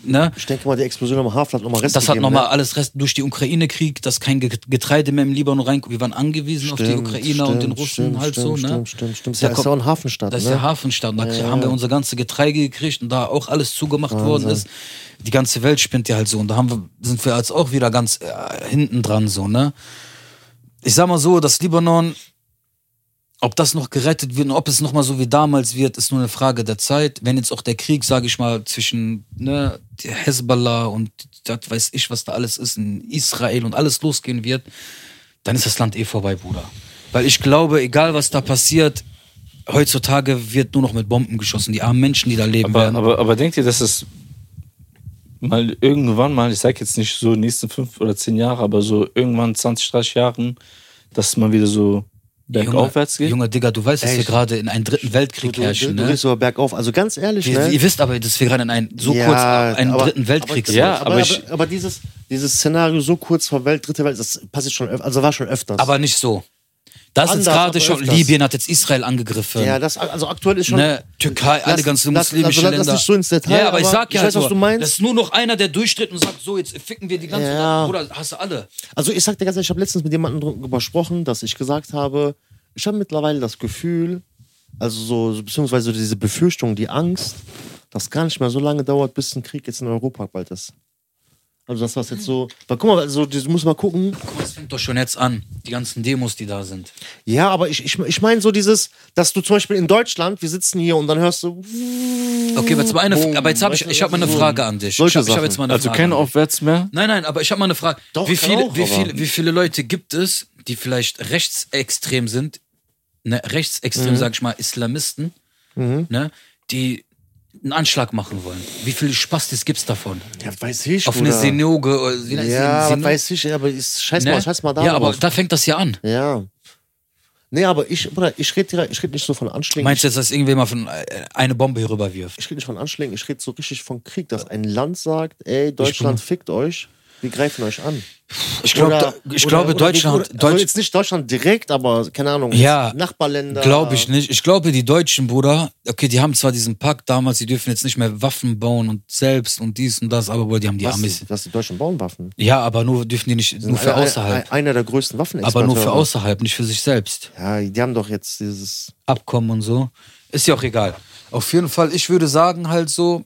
[SPEAKER 1] ne?
[SPEAKER 2] Ich denke mal, die Explosion am Hafen hat nochmal Rest
[SPEAKER 1] Das hat
[SPEAKER 2] gegeben,
[SPEAKER 1] nochmal
[SPEAKER 2] ne?
[SPEAKER 1] alles Rest durch die Ukraine-Krieg, dass kein Ge- Getreide mehr im Libanon reinkommt. Wir waren angewiesen auf die
[SPEAKER 2] Stimmt,
[SPEAKER 1] Ukrainer und den
[SPEAKER 2] stimmt,
[SPEAKER 1] Russen
[SPEAKER 2] stimmt,
[SPEAKER 1] halt so.
[SPEAKER 2] stimmt,
[SPEAKER 1] Ne?
[SPEAKER 2] Stimmt, stimmt, stimmt.
[SPEAKER 1] Da
[SPEAKER 2] Das ist
[SPEAKER 1] kommt-
[SPEAKER 2] ja auch ein Hafenstadt,
[SPEAKER 1] Das ist
[SPEAKER 2] ne?
[SPEAKER 1] der Hafenstadt. Da haben wir unser ganze Getreide gekriegt und da auch alles zugemacht worden ist. Die ganze Welt spinnt ja halt so. Und da haben wir, sind wir als auch wieder ganz äh, hinten dran so, ne? Ich sag mal so, das Libanon, ob das noch gerettet wird und ob es nochmal so wie damals wird, ist nur eine Frage der Zeit. Wenn jetzt auch der Krieg, sage ich mal, zwischen ne, der Hezbollah und das weiß ich, was da alles ist, in Israel und alles losgehen wird, dann ist das Land eh vorbei, Bruder. Weil ich glaube, egal was da passiert, heutzutage wird nur noch mit Bomben geschossen. Die armen Menschen, die da leben
[SPEAKER 3] Aber,
[SPEAKER 1] werden.
[SPEAKER 3] aber, aber denkt ihr, dass es mal irgendwann mal, ich sag jetzt nicht so die nächsten fünf oder zehn Jahre, aber so irgendwann 20, 30 Jahren, dass man wieder so
[SPEAKER 1] Junge,
[SPEAKER 3] bergaufwärts geht?
[SPEAKER 1] Junge Digga, du weißt, dass wir
[SPEAKER 2] Echt?
[SPEAKER 1] gerade in einen dritten
[SPEAKER 2] Du,
[SPEAKER 1] Weltkrieg
[SPEAKER 2] du, du,
[SPEAKER 1] herrschen,
[SPEAKER 2] du
[SPEAKER 1] ne?
[SPEAKER 2] gehst sogar bergauf. Also ganz ehrlich,
[SPEAKER 1] Wir,
[SPEAKER 2] ne?
[SPEAKER 1] Ihr wisst aber, dass wir gerade in einen so
[SPEAKER 2] Ja,
[SPEAKER 1] kurz einen
[SPEAKER 2] aber-
[SPEAKER 1] dritten Weltkrieg
[SPEAKER 2] aber,
[SPEAKER 1] sind.
[SPEAKER 3] Ja,
[SPEAKER 2] aber,
[SPEAKER 3] aber
[SPEAKER 2] aber,
[SPEAKER 3] ich-
[SPEAKER 2] aber, dieses, dieses Szenario so kurz vor Welt, dritte Welt, das passiert schon öf- also war schon öfters.
[SPEAKER 1] Aber nicht so. Das ist
[SPEAKER 2] Anders,
[SPEAKER 1] gerade
[SPEAKER 2] aber
[SPEAKER 1] schon.
[SPEAKER 2] öfters.
[SPEAKER 1] Libyen hat jetzt Israel angegriffen.
[SPEAKER 2] ja, das, also aktuell ist schon.
[SPEAKER 1] ne, Türkei, alle
[SPEAKER 2] Lass-
[SPEAKER 1] ganzen
[SPEAKER 2] lass-
[SPEAKER 1] muslimischen
[SPEAKER 2] also lass
[SPEAKER 1] Länder.
[SPEAKER 2] nicht so ins Detail,
[SPEAKER 1] ja, aber ich
[SPEAKER 2] aber
[SPEAKER 1] sag ja,
[SPEAKER 2] ich
[SPEAKER 1] halt
[SPEAKER 2] weiß, was
[SPEAKER 1] so,
[SPEAKER 2] du meinst.
[SPEAKER 1] Das ist nur noch einer, der durchtritt und sagt, so, jetzt ficken wir die ganze.
[SPEAKER 2] Ja.
[SPEAKER 1] Bruder, hast du alle.
[SPEAKER 2] Also ich sag dir ganz ehrlich, ich habe letztens mit jemandem darüber gesprochen, dass ich gesagt habe, ich habe mittlerweile das Gefühl, also so, beziehungsweise diese Befürchtung, die Angst, dass gar nicht mehr so lange dauert, bis ein Krieg jetzt in Europa bald ist. Also das was jetzt so, weil guck mal, also du musst mal gucken.
[SPEAKER 1] Guck mal, Das fängt doch schon jetzt an. Die ganzen Demos, die da sind.
[SPEAKER 2] Ja, aber ich, ich, ich meine so dieses, dass du zum Beispiel in Deutschland, wir sitzen hier und dann hörst du,
[SPEAKER 1] Okay, aber jetzt mal eine,
[SPEAKER 2] Boom.
[SPEAKER 1] aber jetzt habe ich,
[SPEAKER 2] Weißt du,
[SPEAKER 1] ich hab mal eine
[SPEAKER 2] so-
[SPEAKER 1] Frage an dich.
[SPEAKER 2] solche
[SPEAKER 1] ich hab, ich hab
[SPEAKER 2] Sachen.
[SPEAKER 1] jetzt mal eine
[SPEAKER 3] Also
[SPEAKER 1] Frage
[SPEAKER 3] kein
[SPEAKER 1] an dich.
[SPEAKER 3] Aufwärts mehr?
[SPEAKER 1] Nein, nein, aber ich habe mal eine Frage.
[SPEAKER 2] Doch,
[SPEAKER 1] wie,
[SPEAKER 2] kann
[SPEAKER 1] viele,
[SPEAKER 2] auch,
[SPEAKER 1] wie,
[SPEAKER 2] aber-
[SPEAKER 1] viele, wie viele Leute gibt es, die vielleicht rechtsextrem sind, ne, rechtsextrem,
[SPEAKER 2] Mhm.
[SPEAKER 1] sag ich mal, Islamisten, ne, die einen Anschlag machen wollen? Wie viele Spastis gibt's davon?
[SPEAKER 2] ja, weiß ich,
[SPEAKER 1] Auf eine
[SPEAKER 2] Bruder.
[SPEAKER 1] Synagoge oder wie nennt sie
[SPEAKER 2] Ja,
[SPEAKER 1] denn?
[SPEAKER 2] aber
[SPEAKER 1] Synagoge?
[SPEAKER 2] weiß ich, aber ist, scheiß mal,
[SPEAKER 1] Ne?
[SPEAKER 2] scheiß mal da.
[SPEAKER 1] Ja, aber
[SPEAKER 2] drauf.
[SPEAKER 1] da fängt das ja an.
[SPEAKER 2] Ja. Nee, aber ich, Bruder, ich rede ich red nicht so von Anschlägen.
[SPEAKER 1] Meinst du jetzt, dass irgendwer mal von, äh, eine Bombe hier rüberwirft?
[SPEAKER 2] ich rede nicht von Anschlägen, ich rede so richtig von Krieg, dass ein Land sagt, ey, Deutschland fickt euch, wir greifen euch an.
[SPEAKER 1] Ich, glaub,
[SPEAKER 2] Oder-
[SPEAKER 1] da, ich
[SPEAKER 2] oder-
[SPEAKER 1] glaube,
[SPEAKER 2] oder-
[SPEAKER 1] Deutschland.
[SPEAKER 2] Oder, also
[SPEAKER 1] Deutsch-
[SPEAKER 2] jetzt nicht Deutschland direkt, aber keine Ahnung,
[SPEAKER 1] Ja,
[SPEAKER 2] Nachbarländer.
[SPEAKER 1] Glaube ich nicht. Ich glaube, die Deutschen, Bruder, okay, die haben zwar diesen Pakt damals, die dürfen jetzt nicht mehr Waffen bauen und selbst und dies und das, aber wohl, die haben die
[SPEAKER 2] Was,
[SPEAKER 1] Amis.
[SPEAKER 2] was die Deutschen bauen Waffen.
[SPEAKER 1] Ja, aber nur dürfen die nicht, nur für
[SPEAKER 2] Einer-
[SPEAKER 1] außerhalb.
[SPEAKER 2] Einer, einer der größten Waffenexporte.
[SPEAKER 1] Aber nur für außerhalb, nicht für sich selbst.
[SPEAKER 2] Ja, die haben doch jetzt dieses.
[SPEAKER 1] Abkommen und so. Ist ja auch egal. Auf jeden Fall, ich würde sagen, halt so,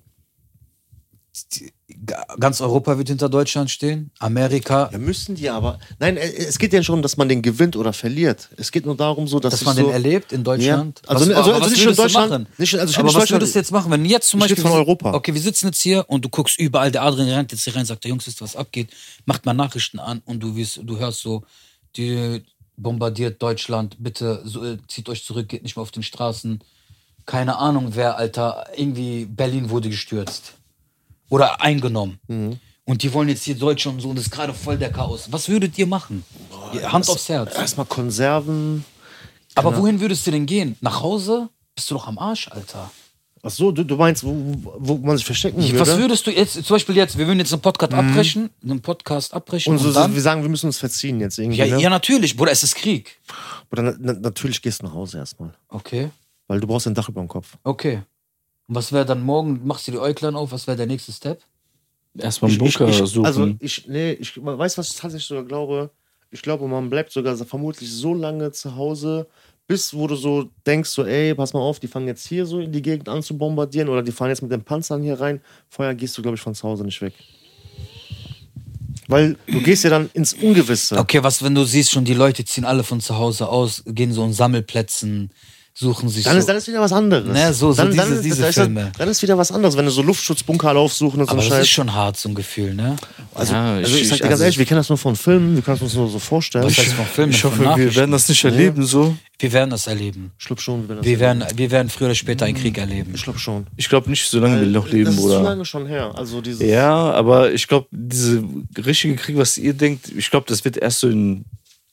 [SPEAKER 1] die- ga- ganz Europa wird hinter Deutschland stehen, Amerika,
[SPEAKER 2] Ja, müssen die aber. Nein, äh, es geht ja nicht darum, dass man den gewinnt oder verliert. Es geht nur darum, so, dass,
[SPEAKER 1] dass
[SPEAKER 2] ich
[SPEAKER 1] man
[SPEAKER 2] so,
[SPEAKER 1] den erlebt in Deutschland.
[SPEAKER 2] Ja. Also- also- also nicht nur
[SPEAKER 1] würdest du
[SPEAKER 2] Deutschland,
[SPEAKER 1] machen?
[SPEAKER 2] nicht- also ich rede
[SPEAKER 1] aber
[SPEAKER 2] nicht
[SPEAKER 1] was
[SPEAKER 2] Deutschland.
[SPEAKER 1] würdest du jetzt machen, wenn jetzt zum
[SPEAKER 2] Ich rede
[SPEAKER 1] Beispiel.
[SPEAKER 2] von
[SPEAKER 1] wir-
[SPEAKER 2] Europa.
[SPEAKER 1] Okay, wir sitzen jetzt hier und du guckst überall, der Adrian rennt jetzt hier rein, sagt, der Jungs, wisst ihr, was abgeht, macht mal Nachrichten an und du, wirst, du hörst so, die bombardiert Deutschland, bitte so, äh, zieht euch zurück, geht nicht mehr auf den Straßen. Keine Ahnung wer, Alter, irgendwie Berlin wurde gestürzt oder eingenommen.
[SPEAKER 2] Mhm.
[SPEAKER 1] Und die wollen jetzt hier Deutschland und so und das ist gerade voll der Chaos. Was würdet ihr machen? Hand aufs Herz.
[SPEAKER 2] Erstmal Konserven.
[SPEAKER 1] Aber wohin würdest du denn gehen? Nach Hause? Bist du doch am Arsch, Alter.
[SPEAKER 2] Ach so, du, du meinst, wo, wo wo man sich verstecken würde?
[SPEAKER 1] Was würdest du jetzt, zum Beispiel jetzt, wir würden jetzt einen Podcast abbrechen, einen Podcast abbrechen
[SPEAKER 2] und
[SPEAKER 1] Mhm. und,
[SPEAKER 2] so, so, wir
[SPEAKER 1] dann...
[SPEAKER 2] sagen, wir müssen uns verziehen jetzt irgendwie.
[SPEAKER 1] Ja,
[SPEAKER 2] ne?
[SPEAKER 1] ja, natürlich, Bruder, es ist Krieg.
[SPEAKER 2] Oder na, na, natürlich gehst du nach Hause erstmal.
[SPEAKER 1] Okay,
[SPEAKER 2] Weil du brauchst ein Dach über dem Kopf.
[SPEAKER 1] okay. Und was wäre dann morgen, machst du die Äuglein auf, was wäre der nächste Step?
[SPEAKER 3] Erstmal einen Bunker
[SPEAKER 2] ich,
[SPEAKER 3] suchen.
[SPEAKER 2] Also ich, nee, ich weiß, was ich tatsächlich sogar glaube. Ich glaube, man bleibt sogar so- vermutlich so lange zu Hause, bis wo du so denkst, so, ey, pass mal auf, die fangen jetzt hier so in die Gegend an zu bombardieren oder die fahren jetzt mit den Panzern hier rein. Vorher gehst du, glaube ich, von zu Hause nicht weg. Weil du gehst ja dann ins Ungewisse.
[SPEAKER 1] Okay, was, wenn du siehst, schon die Leute ziehen alle von zu Hause aus, gehen so in Sammelplätzen, suchen sich
[SPEAKER 2] Dann,
[SPEAKER 1] so...
[SPEAKER 2] ist, dann ist wieder was anderes.
[SPEAKER 1] Ne, so- so
[SPEAKER 2] dann,
[SPEAKER 1] diese-
[SPEAKER 2] dann,
[SPEAKER 1] diese
[SPEAKER 2] dann, ist,
[SPEAKER 1] Filme.
[SPEAKER 2] dann ist wieder was anderes, wenn du so Luftschutzbunker alle aufsuchen und so
[SPEAKER 1] aber
[SPEAKER 2] einen
[SPEAKER 1] das ist
[SPEAKER 2] Scheiß.
[SPEAKER 1] schon hart, so ein Gefühl, ne?
[SPEAKER 2] Also,
[SPEAKER 3] Ja,
[SPEAKER 2] also
[SPEAKER 3] ich-
[SPEAKER 2] ich sag dir
[SPEAKER 3] ich-
[SPEAKER 2] ganz
[SPEAKER 3] also-
[SPEAKER 2] ehrlich, wir kennen das nur von Filmen, wir können es uns nur so vorstellen.
[SPEAKER 1] Was heißt von Filmen,
[SPEAKER 3] ich hoffe,
[SPEAKER 1] von
[SPEAKER 3] wir werden
[SPEAKER 1] Nachrichten?
[SPEAKER 3] das nicht erleben, so.
[SPEAKER 1] Wir werden das erleben.
[SPEAKER 2] Ich glaube schon, wir werden das.
[SPEAKER 1] Wir werden, wir werden früher oder später einen Krieg erleben.
[SPEAKER 2] ich glaube schon.
[SPEAKER 3] Ich glaube nicht, solange wir noch
[SPEAKER 2] Äh, das
[SPEAKER 3] leben,
[SPEAKER 2] ist zu
[SPEAKER 3] Bruder.
[SPEAKER 2] lange schon her. Also dieses
[SPEAKER 3] Ja, aber ich glaube, diese richtige Krieg, was ihr denkt, ich glaube, das wird erst so in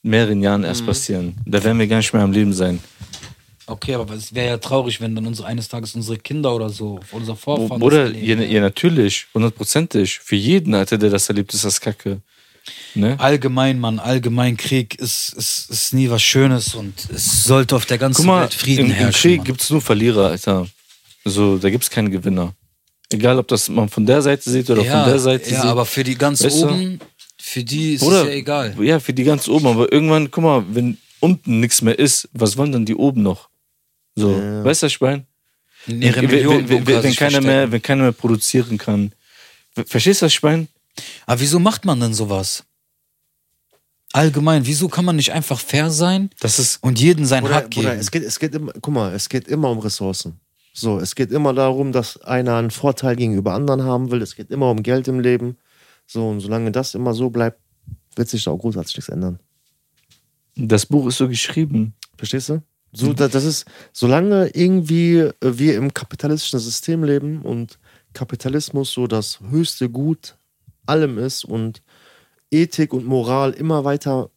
[SPEAKER 3] mehreren Jahren erst
[SPEAKER 2] Mhm.
[SPEAKER 3] passieren. Da werden wir gar nicht mehr am Leben sein.
[SPEAKER 1] Okay, aber es wäre ja traurig, wenn dann unsere, eines Tages unsere Kinder oder so, unser
[SPEAKER 3] Bo-
[SPEAKER 1] Vorfahren.
[SPEAKER 3] Bruder,
[SPEAKER 1] das erleben.
[SPEAKER 3] ja, ja, natürlich, hundertprozentig. Für jeden, Alter, der das erlebt, ist das Kacke. Ne?
[SPEAKER 1] Allgemein, Mann, allgemein Krieg ist, ist, ist nie was Schönes und es sollte auf der ganzen
[SPEAKER 3] Guck mal,
[SPEAKER 1] Welt Frieden
[SPEAKER 3] im, im
[SPEAKER 1] herrschen.
[SPEAKER 3] Krieg
[SPEAKER 1] Mann.
[SPEAKER 3] gibt es nur Verlierer, Alter. So, da gibt es keinen Gewinner. Egal, ob das man von der Seite sieht oder
[SPEAKER 1] ja,
[SPEAKER 3] von der Seite
[SPEAKER 1] ja,
[SPEAKER 3] sieht.
[SPEAKER 1] aber für die ganz
[SPEAKER 3] Weißt du?
[SPEAKER 1] oben, für die ist
[SPEAKER 3] Bruder,
[SPEAKER 1] es ja egal.
[SPEAKER 3] Ja, für die ganz oben. Aber irgendwann, guck mal, wenn unten nichts mehr ist, was wollen dann die oben noch? So, weißt du, was ich meine?
[SPEAKER 1] In ihre
[SPEAKER 3] Wenn-
[SPEAKER 1] Millionen
[SPEAKER 3] wenn, wenn, wenn, keiner mehr, wenn keiner mehr produzieren kann. Ver- Verstehst du, was ich meine?
[SPEAKER 1] Aber wieso macht man denn sowas? Allgemein, wieso kann man nicht einfach fair sein
[SPEAKER 3] Das ist
[SPEAKER 1] und jeden seinen
[SPEAKER 2] Bruder,
[SPEAKER 1] Hack geben?
[SPEAKER 2] Bruder, es geht, es geht immer, guck mal, es geht immer um Ressourcen. So, es geht immer darum, dass einer einen Vorteil gegenüber anderen haben will. Es geht immer um Geld im Leben. So, und solange das immer so bleibt, wird sich da auch großartig nichts ändern.
[SPEAKER 3] Das Buch ist so geschrieben.
[SPEAKER 2] Verstehst du? So, da- das ist, solange irgendwie äh, wir im kapitalistischen System leben und Kapitalismus so das höchste Gut allem ist und Ethik und Moral immer weiter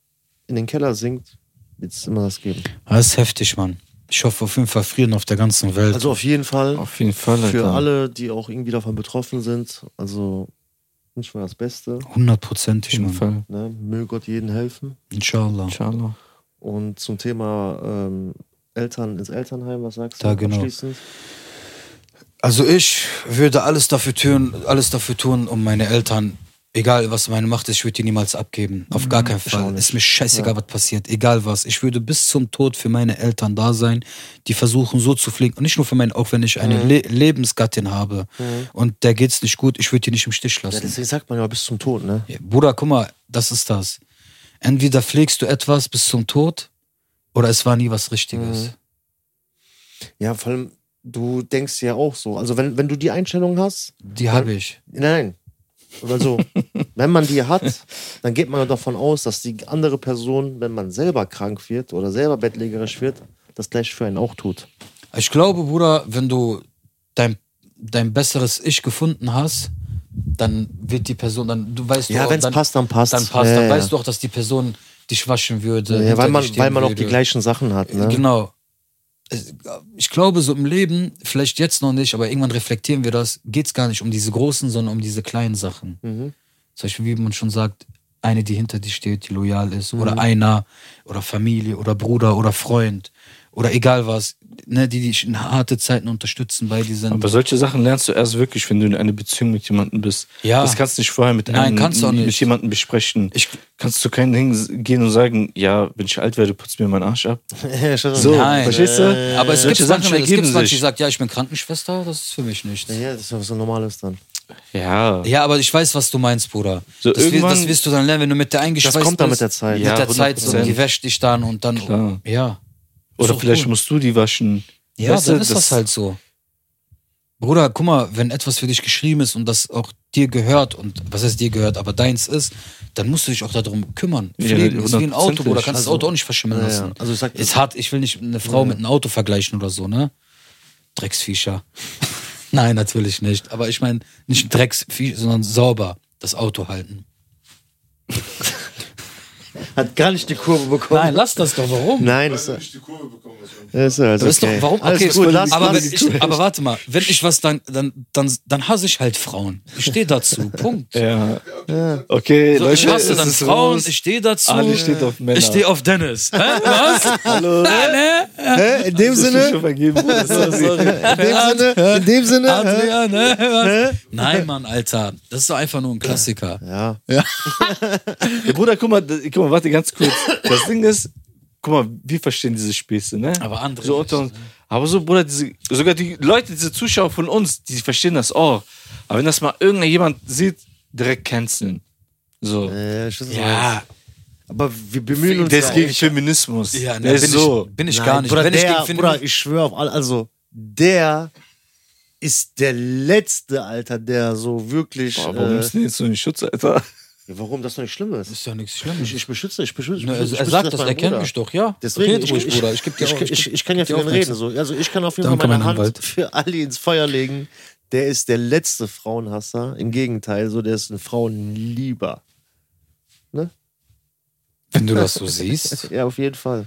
[SPEAKER 2] in den Keller sinkt, wird es immer das geben.
[SPEAKER 1] Das ist heftig, Mann. Ich hoffe auf jeden Fall Frieden auf der ganzen Welt.
[SPEAKER 2] Also auf jeden Fall
[SPEAKER 3] Auf jeden Fall.
[SPEAKER 2] für
[SPEAKER 3] Alter.
[SPEAKER 2] alle, die auch irgendwie davon betroffen sind, also wünschen wir das Beste.
[SPEAKER 3] Auf
[SPEAKER 1] Hundertprozentig,
[SPEAKER 3] jeden
[SPEAKER 1] Mann.
[SPEAKER 3] Fall.
[SPEAKER 2] Ne? Möge Gott jeden helfen.
[SPEAKER 1] Inshallah.
[SPEAKER 3] Inshallah.
[SPEAKER 2] Und zum Thema ähm, Eltern ins Elternheim, was sagst du?
[SPEAKER 1] Da, genau.
[SPEAKER 2] abschließend?
[SPEAKER 1] Also ich würde alles dafür tun, alles dafür tun, um meine Eltern, egal was meine Macht ist, ich würde die niemals abgeben. Auf gar keinen
[SPEAKER 2] auch
[SPEAKER 1] Fall.
[SPEAKER 2] nicht.
[SPEAKER 1] Ist mir scheißegal, was passiert, egal was. Ich würde bis zum Tod für meine Eltern da sein, die versuchen so zu fliegen. Und nicht nur für meinen, auch wenn ich eine Le Lebensgattin habe und der geht's nicht gut, ich würde die nicht im Stich
[SPEAKER 2] Ja,
[SPEAKER 1] lassen.
[SPEAKER 2] deswegen sagt man ja bis zum Tod, ne?
[SPEAKER 1] Ja, Bruder, guck mal, das ist das. Entweder pflegst du etwas bis zum Tod oder es war nie was Richtiges.
[SPEAKER 2] Ja, vor allem, du denkst ja auch so. Also, wenn, wenn du die Einstellung hast,
[SPEAKER 1] Die habe ich.
[SPEAKER 2] nein, nein.
[SPEAKER 1] <laughs>
[SPEAKER 2] Also, wenn man die hat, dann geht man ja davon aus, dass die andere Person, wenn man selber krank wird oder selber bettlägerisch wird, das gleich für einen auch tut.
[SPEAKER 1] Ich glaube, Bruder, wenn du dein, dein besseres Ich gefunden hast, dann wird die Person, dann du weißt
[SPEAKER 2] Ja,
[SPEAKER 1] du,
[SPEAKER 2] wenn's
[SPEAKER 1] dann-
[SPEAKER 2] passt, dann passt.
[SPEAKER 1] Dann passt,
[SPEAKER 2] Ja,
[SPEAKER 1] dann
[SPEAKER 2] ja.
[SPEAKER 1] weißt du auch, dass die Person dich waschen würde.
[SPEAKER 2] Ja,
[SPEAKER 1] hinter
[SPEAKER 2] weil
[SPEAKER 1] dir
[SPEAKER 2] man,
[SPEAKER 1] stehen
[SPEAKER 2] weil man auch
[SPEAKER 1] würde.
[SPEAKER 2] die gleichen Sachen hat, ne? <laughs>
[SPEAKER 1] Genau. Es- Ich glaube, so im Leben, vielleicht jetzt noch nicht, aber irgendwann reflektieren wir das, geht es gar nicht um diese großen, sondern um diese kleinen Sachen.
[SPEAKER 3] Mhm.
[SPEAKER 1] Zum Beispiel, wie man schon sagt, eine, die hinter dir steht, die loyal ist,
[SPEAKER 3] Mhm.
[SPEAKER 1] oder einer, oder Familie, oder Bruder, oder Freund, oder egal was, ne, die dich in harte Zeiten unterstützen, bei dir sind.
[SPEAKER 3] Aber solche Sachen lernst du erst wirklich, wenn du in einer Beziehung mit jemandem bist.
[SPEAKER 1] Ja.
[SPEAKER 3] Das kannst du nicht vorher mit,
[SPEAKER 1] Nein, kannst du auch
[SPEAKER 3] mit
[SPEAKER 1] nicht.
[SPEAKER 3] jemandem besprechen.
[SPEAKER 1] Ich-
[SPEAKER 3] kannst du keinen hingehen und sagen, ja, wenn ich alt werde, putz mir meinen Arsch ab.
[SPEAKER 2] so,
[SPEAKER 1] Nein.
[SPEAKER 3] verstehst du?
[SPEAKER 1] aber es gibt
[SPEAKER 3] solche Sachen
[SPEAKER 1] manche, es gibt
[SPEAKER 3] ergeben
[SPEAKER 1] manche, die
[SPEAKER 3] sich.
[SPEAKER 1] sagt, ja, ich bin Krankenschwester, das ist für mich nichts.
[SPEAKER 2] Ja, das ist ja was Normales dann.
[SPEAKER 3] Ja.
[SPEAKER 1] Ja, aber ich weiß, was du meinst, Bruder.
[SPEAKER 3] So,
[SPEAKER 1] das, wirst,
[SPEAKER 3] irgendwann-
[SPEAKER 1] das wirst du dann lernen, wenn du mit der eingeschweißt
[SPEAKER 2] Das kommt dann
[SPEAKER 1] bist.
[SPEAKER 2] mit der Zeit.
[SPEAKER 1] mit
[SPEAKER 3] Ja,
[SPEAKER 1] der Zeit, so,
[SPEAKER 3] 100%.
[SPEAKER 1] die wäscht dich dann und dann.
[SPEAKER 3] Klar.
[SPEAKER 1] Ja. Ist
[SPEAKER 3] Oder
[SPEAKER 1] doch
[SPEAKER 3] vielleicht
[SPEAKER 1] cool.
[SPEAKER 3] musst du die waschen.
[SPEAKER 1] Ja,
[SPEAKER 3] Weißt du,
[SPEAKER 1] dann ist das, halt so. Bruder, guck mal, wenn etwas für dich geschrieben ist und das auch dir gehört und was heißt dir gehört, aber deins ist, dann musst du dich auch darum kümmern.
[SPEAKER 3] Ja,
[SPEAKER 1] Pflegen ist wie ein Auto, Bruder.
[SPEAKER 3] hundertprozentig.
[SPEAKER 1] Kannst das Auto auch nicht verschimmeln
[SPEAKER 2] Ja, ja.
[SPEAKER 1] lassen.
[SPEAKER 2] Also ich sag-
[SPEAKER 1] ist hart, ich will nicht eine Frau mit einem Auto vergleichen oder so, ne? Drecksviecher. <laughs> Nein, natürlich nicht. Aber ich meine, nicht Drecksviecher, sondern sauber das Auto halten.
[SPEAKER 2] Hat gar nicht die Kurve bekommen.
[SPEAKER 1] Nein, lass das doch, warum?
[SPEAKER 2] Nein, das
[SPEAKER 5] Weil du
[SPEAKER 2] ist,
[SPEAKER 5] nicht die Kurve bekommen hast.
[SPEAKER 2] das ist also
[SPEAKER 1] Das ist
[SPEAKER 2] okay.
[SPEAKER 1] doch, warum?
[SPEAKER 2] Alles
[SPEAKER 1] Okay,
[SPEAKER 2] gut, lass,
[SPEAKER 1] aber,
[SPEAKER 2] lass
[SPEAKER 1] wenn
[SPEAKER 2] die
[SPEAKER 1] ich, aber warte mal, wenn ich was dann, dann, dann, dann hasse ich halt Frauen. Ich stehe dazu, Punkt.
[SPEAKER 3] Ja. Okay,
[SPEAKER 1] So,
[SPEAKER 3] Leute,
[SPEAKER 1] ich hasse
[SPEAKER 3] es
[SPEAKER 1] dann
[SPEAKER 3] ist
[SPEAKER 1] Frauen,
[SPEAKER 3] raus.
[SPEAKER 1] ich stehe dazu.
[SPEAKER 3] Ali steht auf Männer.
[SPEAKER 1] Ich stehe auf Dennis. Hä? Was? Hallo?
[SPEAKER 2] Hä? In dem
[SPEAKER 3] Das ist
[SPEAKER 2] Sinne,
[SPEAKER 1] <laughs>
[SPEAKER 3] schon vergeben.
[SPEAKER 2] in dem Sinne, in dem Sinne. hä?
[SPEAKER 1] Adrian, hä? Was? Nein, Mann, Alter. Das ist doch einfach nur ein Klassiker.
[SPEAKER 2] Ja,
[SPEAKER 3] Ja, Äh, Bruder, guck mal, das- guck mal, warte ganz kurz. Das Ding ist, guck mal, wir verstehen diese Späße, ne?
[SPEAKER 1] Aber andere ne?
[SPEAKER 3] So
[SPEAKER 1] nicht,
[SPEAKER 3] unter uns. Aber so, Bruder, diese, sogar die Leute, diese Zuschauer von uns, die verstehen das auch. Aber wenn das mal irgendjemand sieht, direkt canceln. So.
[SPEAKER 2] äh, ich weiß nicht.
[SPEAKER 1] Ja,
[SPEAKER 2] Aber wir bemühen uns.
[SPEAKER 3] der ist
[SPEAKER 2] ja
[SPEAKER 3] gegen
[SPEAKER 2] auch.
[SPEAKER 3] Feminismus.
[SPEAKER 1] ja
[SPEAKER 3] der
[SPEAKER 1] ne, bin,
[SPEAKER 3] ist so.
[SPEAKER 1] ich, bin ich
[SPEAKER 2] Nein,
[SPEAKER 1] gar nicht.
[SPEAKER 2] Bruder,
[SPEAKER 1] Wenn ich
[SPEAKER 2] der,
[SPEAKER 1] gegen
[SPEAKER 2] Bruder,
[SPEAKER 1] Feminismus-
[SPEAKER 2] ich schwöre auf alle. Also, der ist der letzte, Alter, der so wirklich.
[SPEAKER 3] Boah, warum
[SPEAKER 2] äh,
[SPEAKER 3] nimmst du den jetzt so in Schutz, Alter?
[SPEAKER 2] warum das doch nicht schlimm ist?
[SPEAKER 1] ist ja nichts Schlimmes.
[SPEAKER 2] Ich, ich beschütze, ich beschütze. Ich
[SPEAKER 1] Ne,
[SPEAKER 2] beschütze
[SPEAKER 1] er
[SPEAKER 2] ich
[SPEAKER 1] sagt
[SPEAKER 2] beschütze
[SPEAKER 1] das, er kennt
[SPEAKER 2] meinen
[SPEAKER 1] mich doch, ja.
[SPEAKER 2] Deswegen,
[SPEAKER 1] Red ruhig, Bruder. Ich geb dir auch-
[SPEAKER 2] ich, ich, ich kann ja
[SPEAKER 1] geb
[SPEAKER 2] für
[SPEAKER 1] dir
[SPEAKER 2] den
[SPEAKER 1] auch
[SPEAKER 2] reden.
[SPEAKER 1] nichts.
[SPEAKER 2] So. Also ich kann auf jeden
[SPEAKER 1] Danke,
[SPEAKER 2] Fall meine
[SPEAKER 1] mein
[SPEAKER 2] Hand
[SPEAKER 1] Anwalt.
[SPEAKER 2] <laughs> für Ali ins Feuer legen. Der ist der letzte Frauenhasser. Im Gegenteil, so der ist ein Frauenlieber.
[SPEAKER 1] Wenn du das so siehst.
[SPEAKER 2] Ne? <laughs> Ja, auf jeden Fall.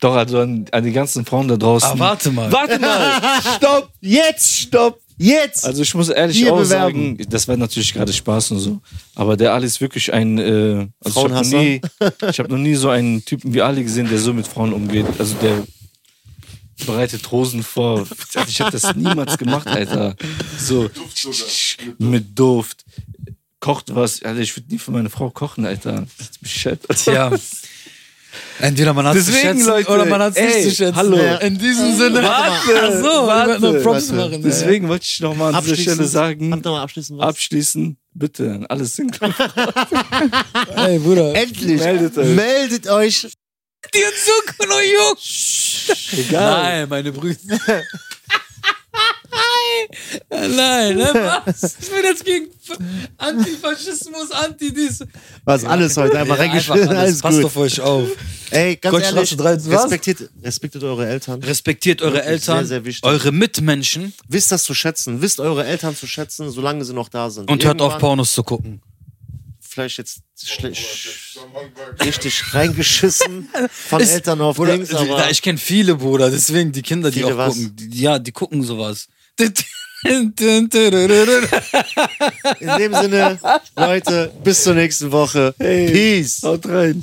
[SPEAKER 3] Doch, also an, an die ganzen Frauen da draußen.
[SPEAKER 1] Ah, warte mal.
[SPEAKER 3] Warte mal! Stopp! Jetzt stopp!
[SPEAKER 2] Jetzt!
[SPEAKER 3] Also ich muss ehrlich
[SPEAKER 2] Hier
[SPEAKER 3] auch
[SPEAKER 2] bewerben.
[SPEAKER 3] sagen, das war natürlich gerade Spaß und so, aber der Ali ist wirklich ein äh, also ich habe noch,
[SPEAKER 2] Frauenhasser?
[SPEAKER 3] nie- ich hab noch nie so einen Typen wie Ali gesehen, der so mit Frauen umgeht. Also der bereitet Rosen vor. Also Ich habe das niemals gemacht, Alter. So mit Duft. Kocht was. Alter, ich würde nie für meine Frau kochen, Alter. Das ist bescheuert.
[SPEAKER 1] Tja. Entweder man hat es zu
[SPEAKER 3] Deswegen,
[SPEAKER 1] schätzen
[SPEAKER 3] Leute,
[SPEAKER 1] oder man hat es nicht
[SPEAKER 3] ey,
[SPEAKER 1] zu schätzen.
[SPEAKER 3] hallo.
[SPEAKER 1] In diesem Sinne.
[SPEAKER 3] Warte,
[SPEAKER 1] Ach so,
[SPEAKER 3] warte.
[SPEAKER 1] wir nur Props
[SPEAKER 2] Warte.
[SPEAKER 1] machen. ey.
[SPEAKER 3] Deswegen wollte ich nochmal an dieser Stelle sagen,
[SPEAKER 2] Habt ihr mal abschließend was?
[SPEAKER 3] abschließen, bitte, an alles sind
[SPEAKER 1] Ey, Bruder.
[SPEAKER 2] Endlich!
[SPEAKER 3] Meldet euch.
[SPEAKER 2] Meldet euch!
[SPEAKER 1] dir Zucker, oh Junge.
[SPEAKER 3] Egal.
[SPEAKER 1] Nein, meine <laughs> Brüder. Nein, Nein, ne? Was? Ich bin jetzt gegen Antifaschismus, Anti-Dies.
[SPEAKER 2] Was alles heute einfach reingeschrieben. Alles,
[SPEAKER 1] Passt
[SPEAKER 2] gut.
[SPEAKER 1] auf euch auf.
[SPEAKER 2] Ey, ganz
[SPEAKER 1] Gottschalk
[SPEAKER 2] ehrlich,
[SPEAKER 1] 13, was?
[SPEAKER 2] respektiert, respektiert eure Eltern.
[SPEAKER 1] Respektiert eure
[SPEAKER 2] Wirklich sehr,
[SPEAKER 1] Eltern,
[SPEAKER 2] sehr wichtig.
[SPEAKER 1] eure Mitmenschen
[SPEAKER 2] Wisst das zu schätzen. Wisst eure Eltern zu schätzen, solange sie noch da sind.
[SPEAKER 1] und hört auf,
[SPEAKER 2] Irgendwann
[SPEAKER 1] Pornos zu gucken.
[SPEAKER 2] Vielleicht jetzt schle- sch- richtig reingeschissen von Eltern auf
[SPEAKER 1] Bruder,
[SPEAKER 2] links, aber
[SPEAKER 1] da, ich kenne viele, Bruder, deswegen die Kinder, die
[SPEAKER 2] Viele
[SPEAKER 1] auch
[SPEAKER 2] was?
[SPEAKER 1] gucken, die, ja, die gucken sowas. <laughs> Peace.
[SPEAKER 2] in dem Sinne, Leute, bis zur nächsten Woche. Peace!
[SPEAKER 3] Haut rein.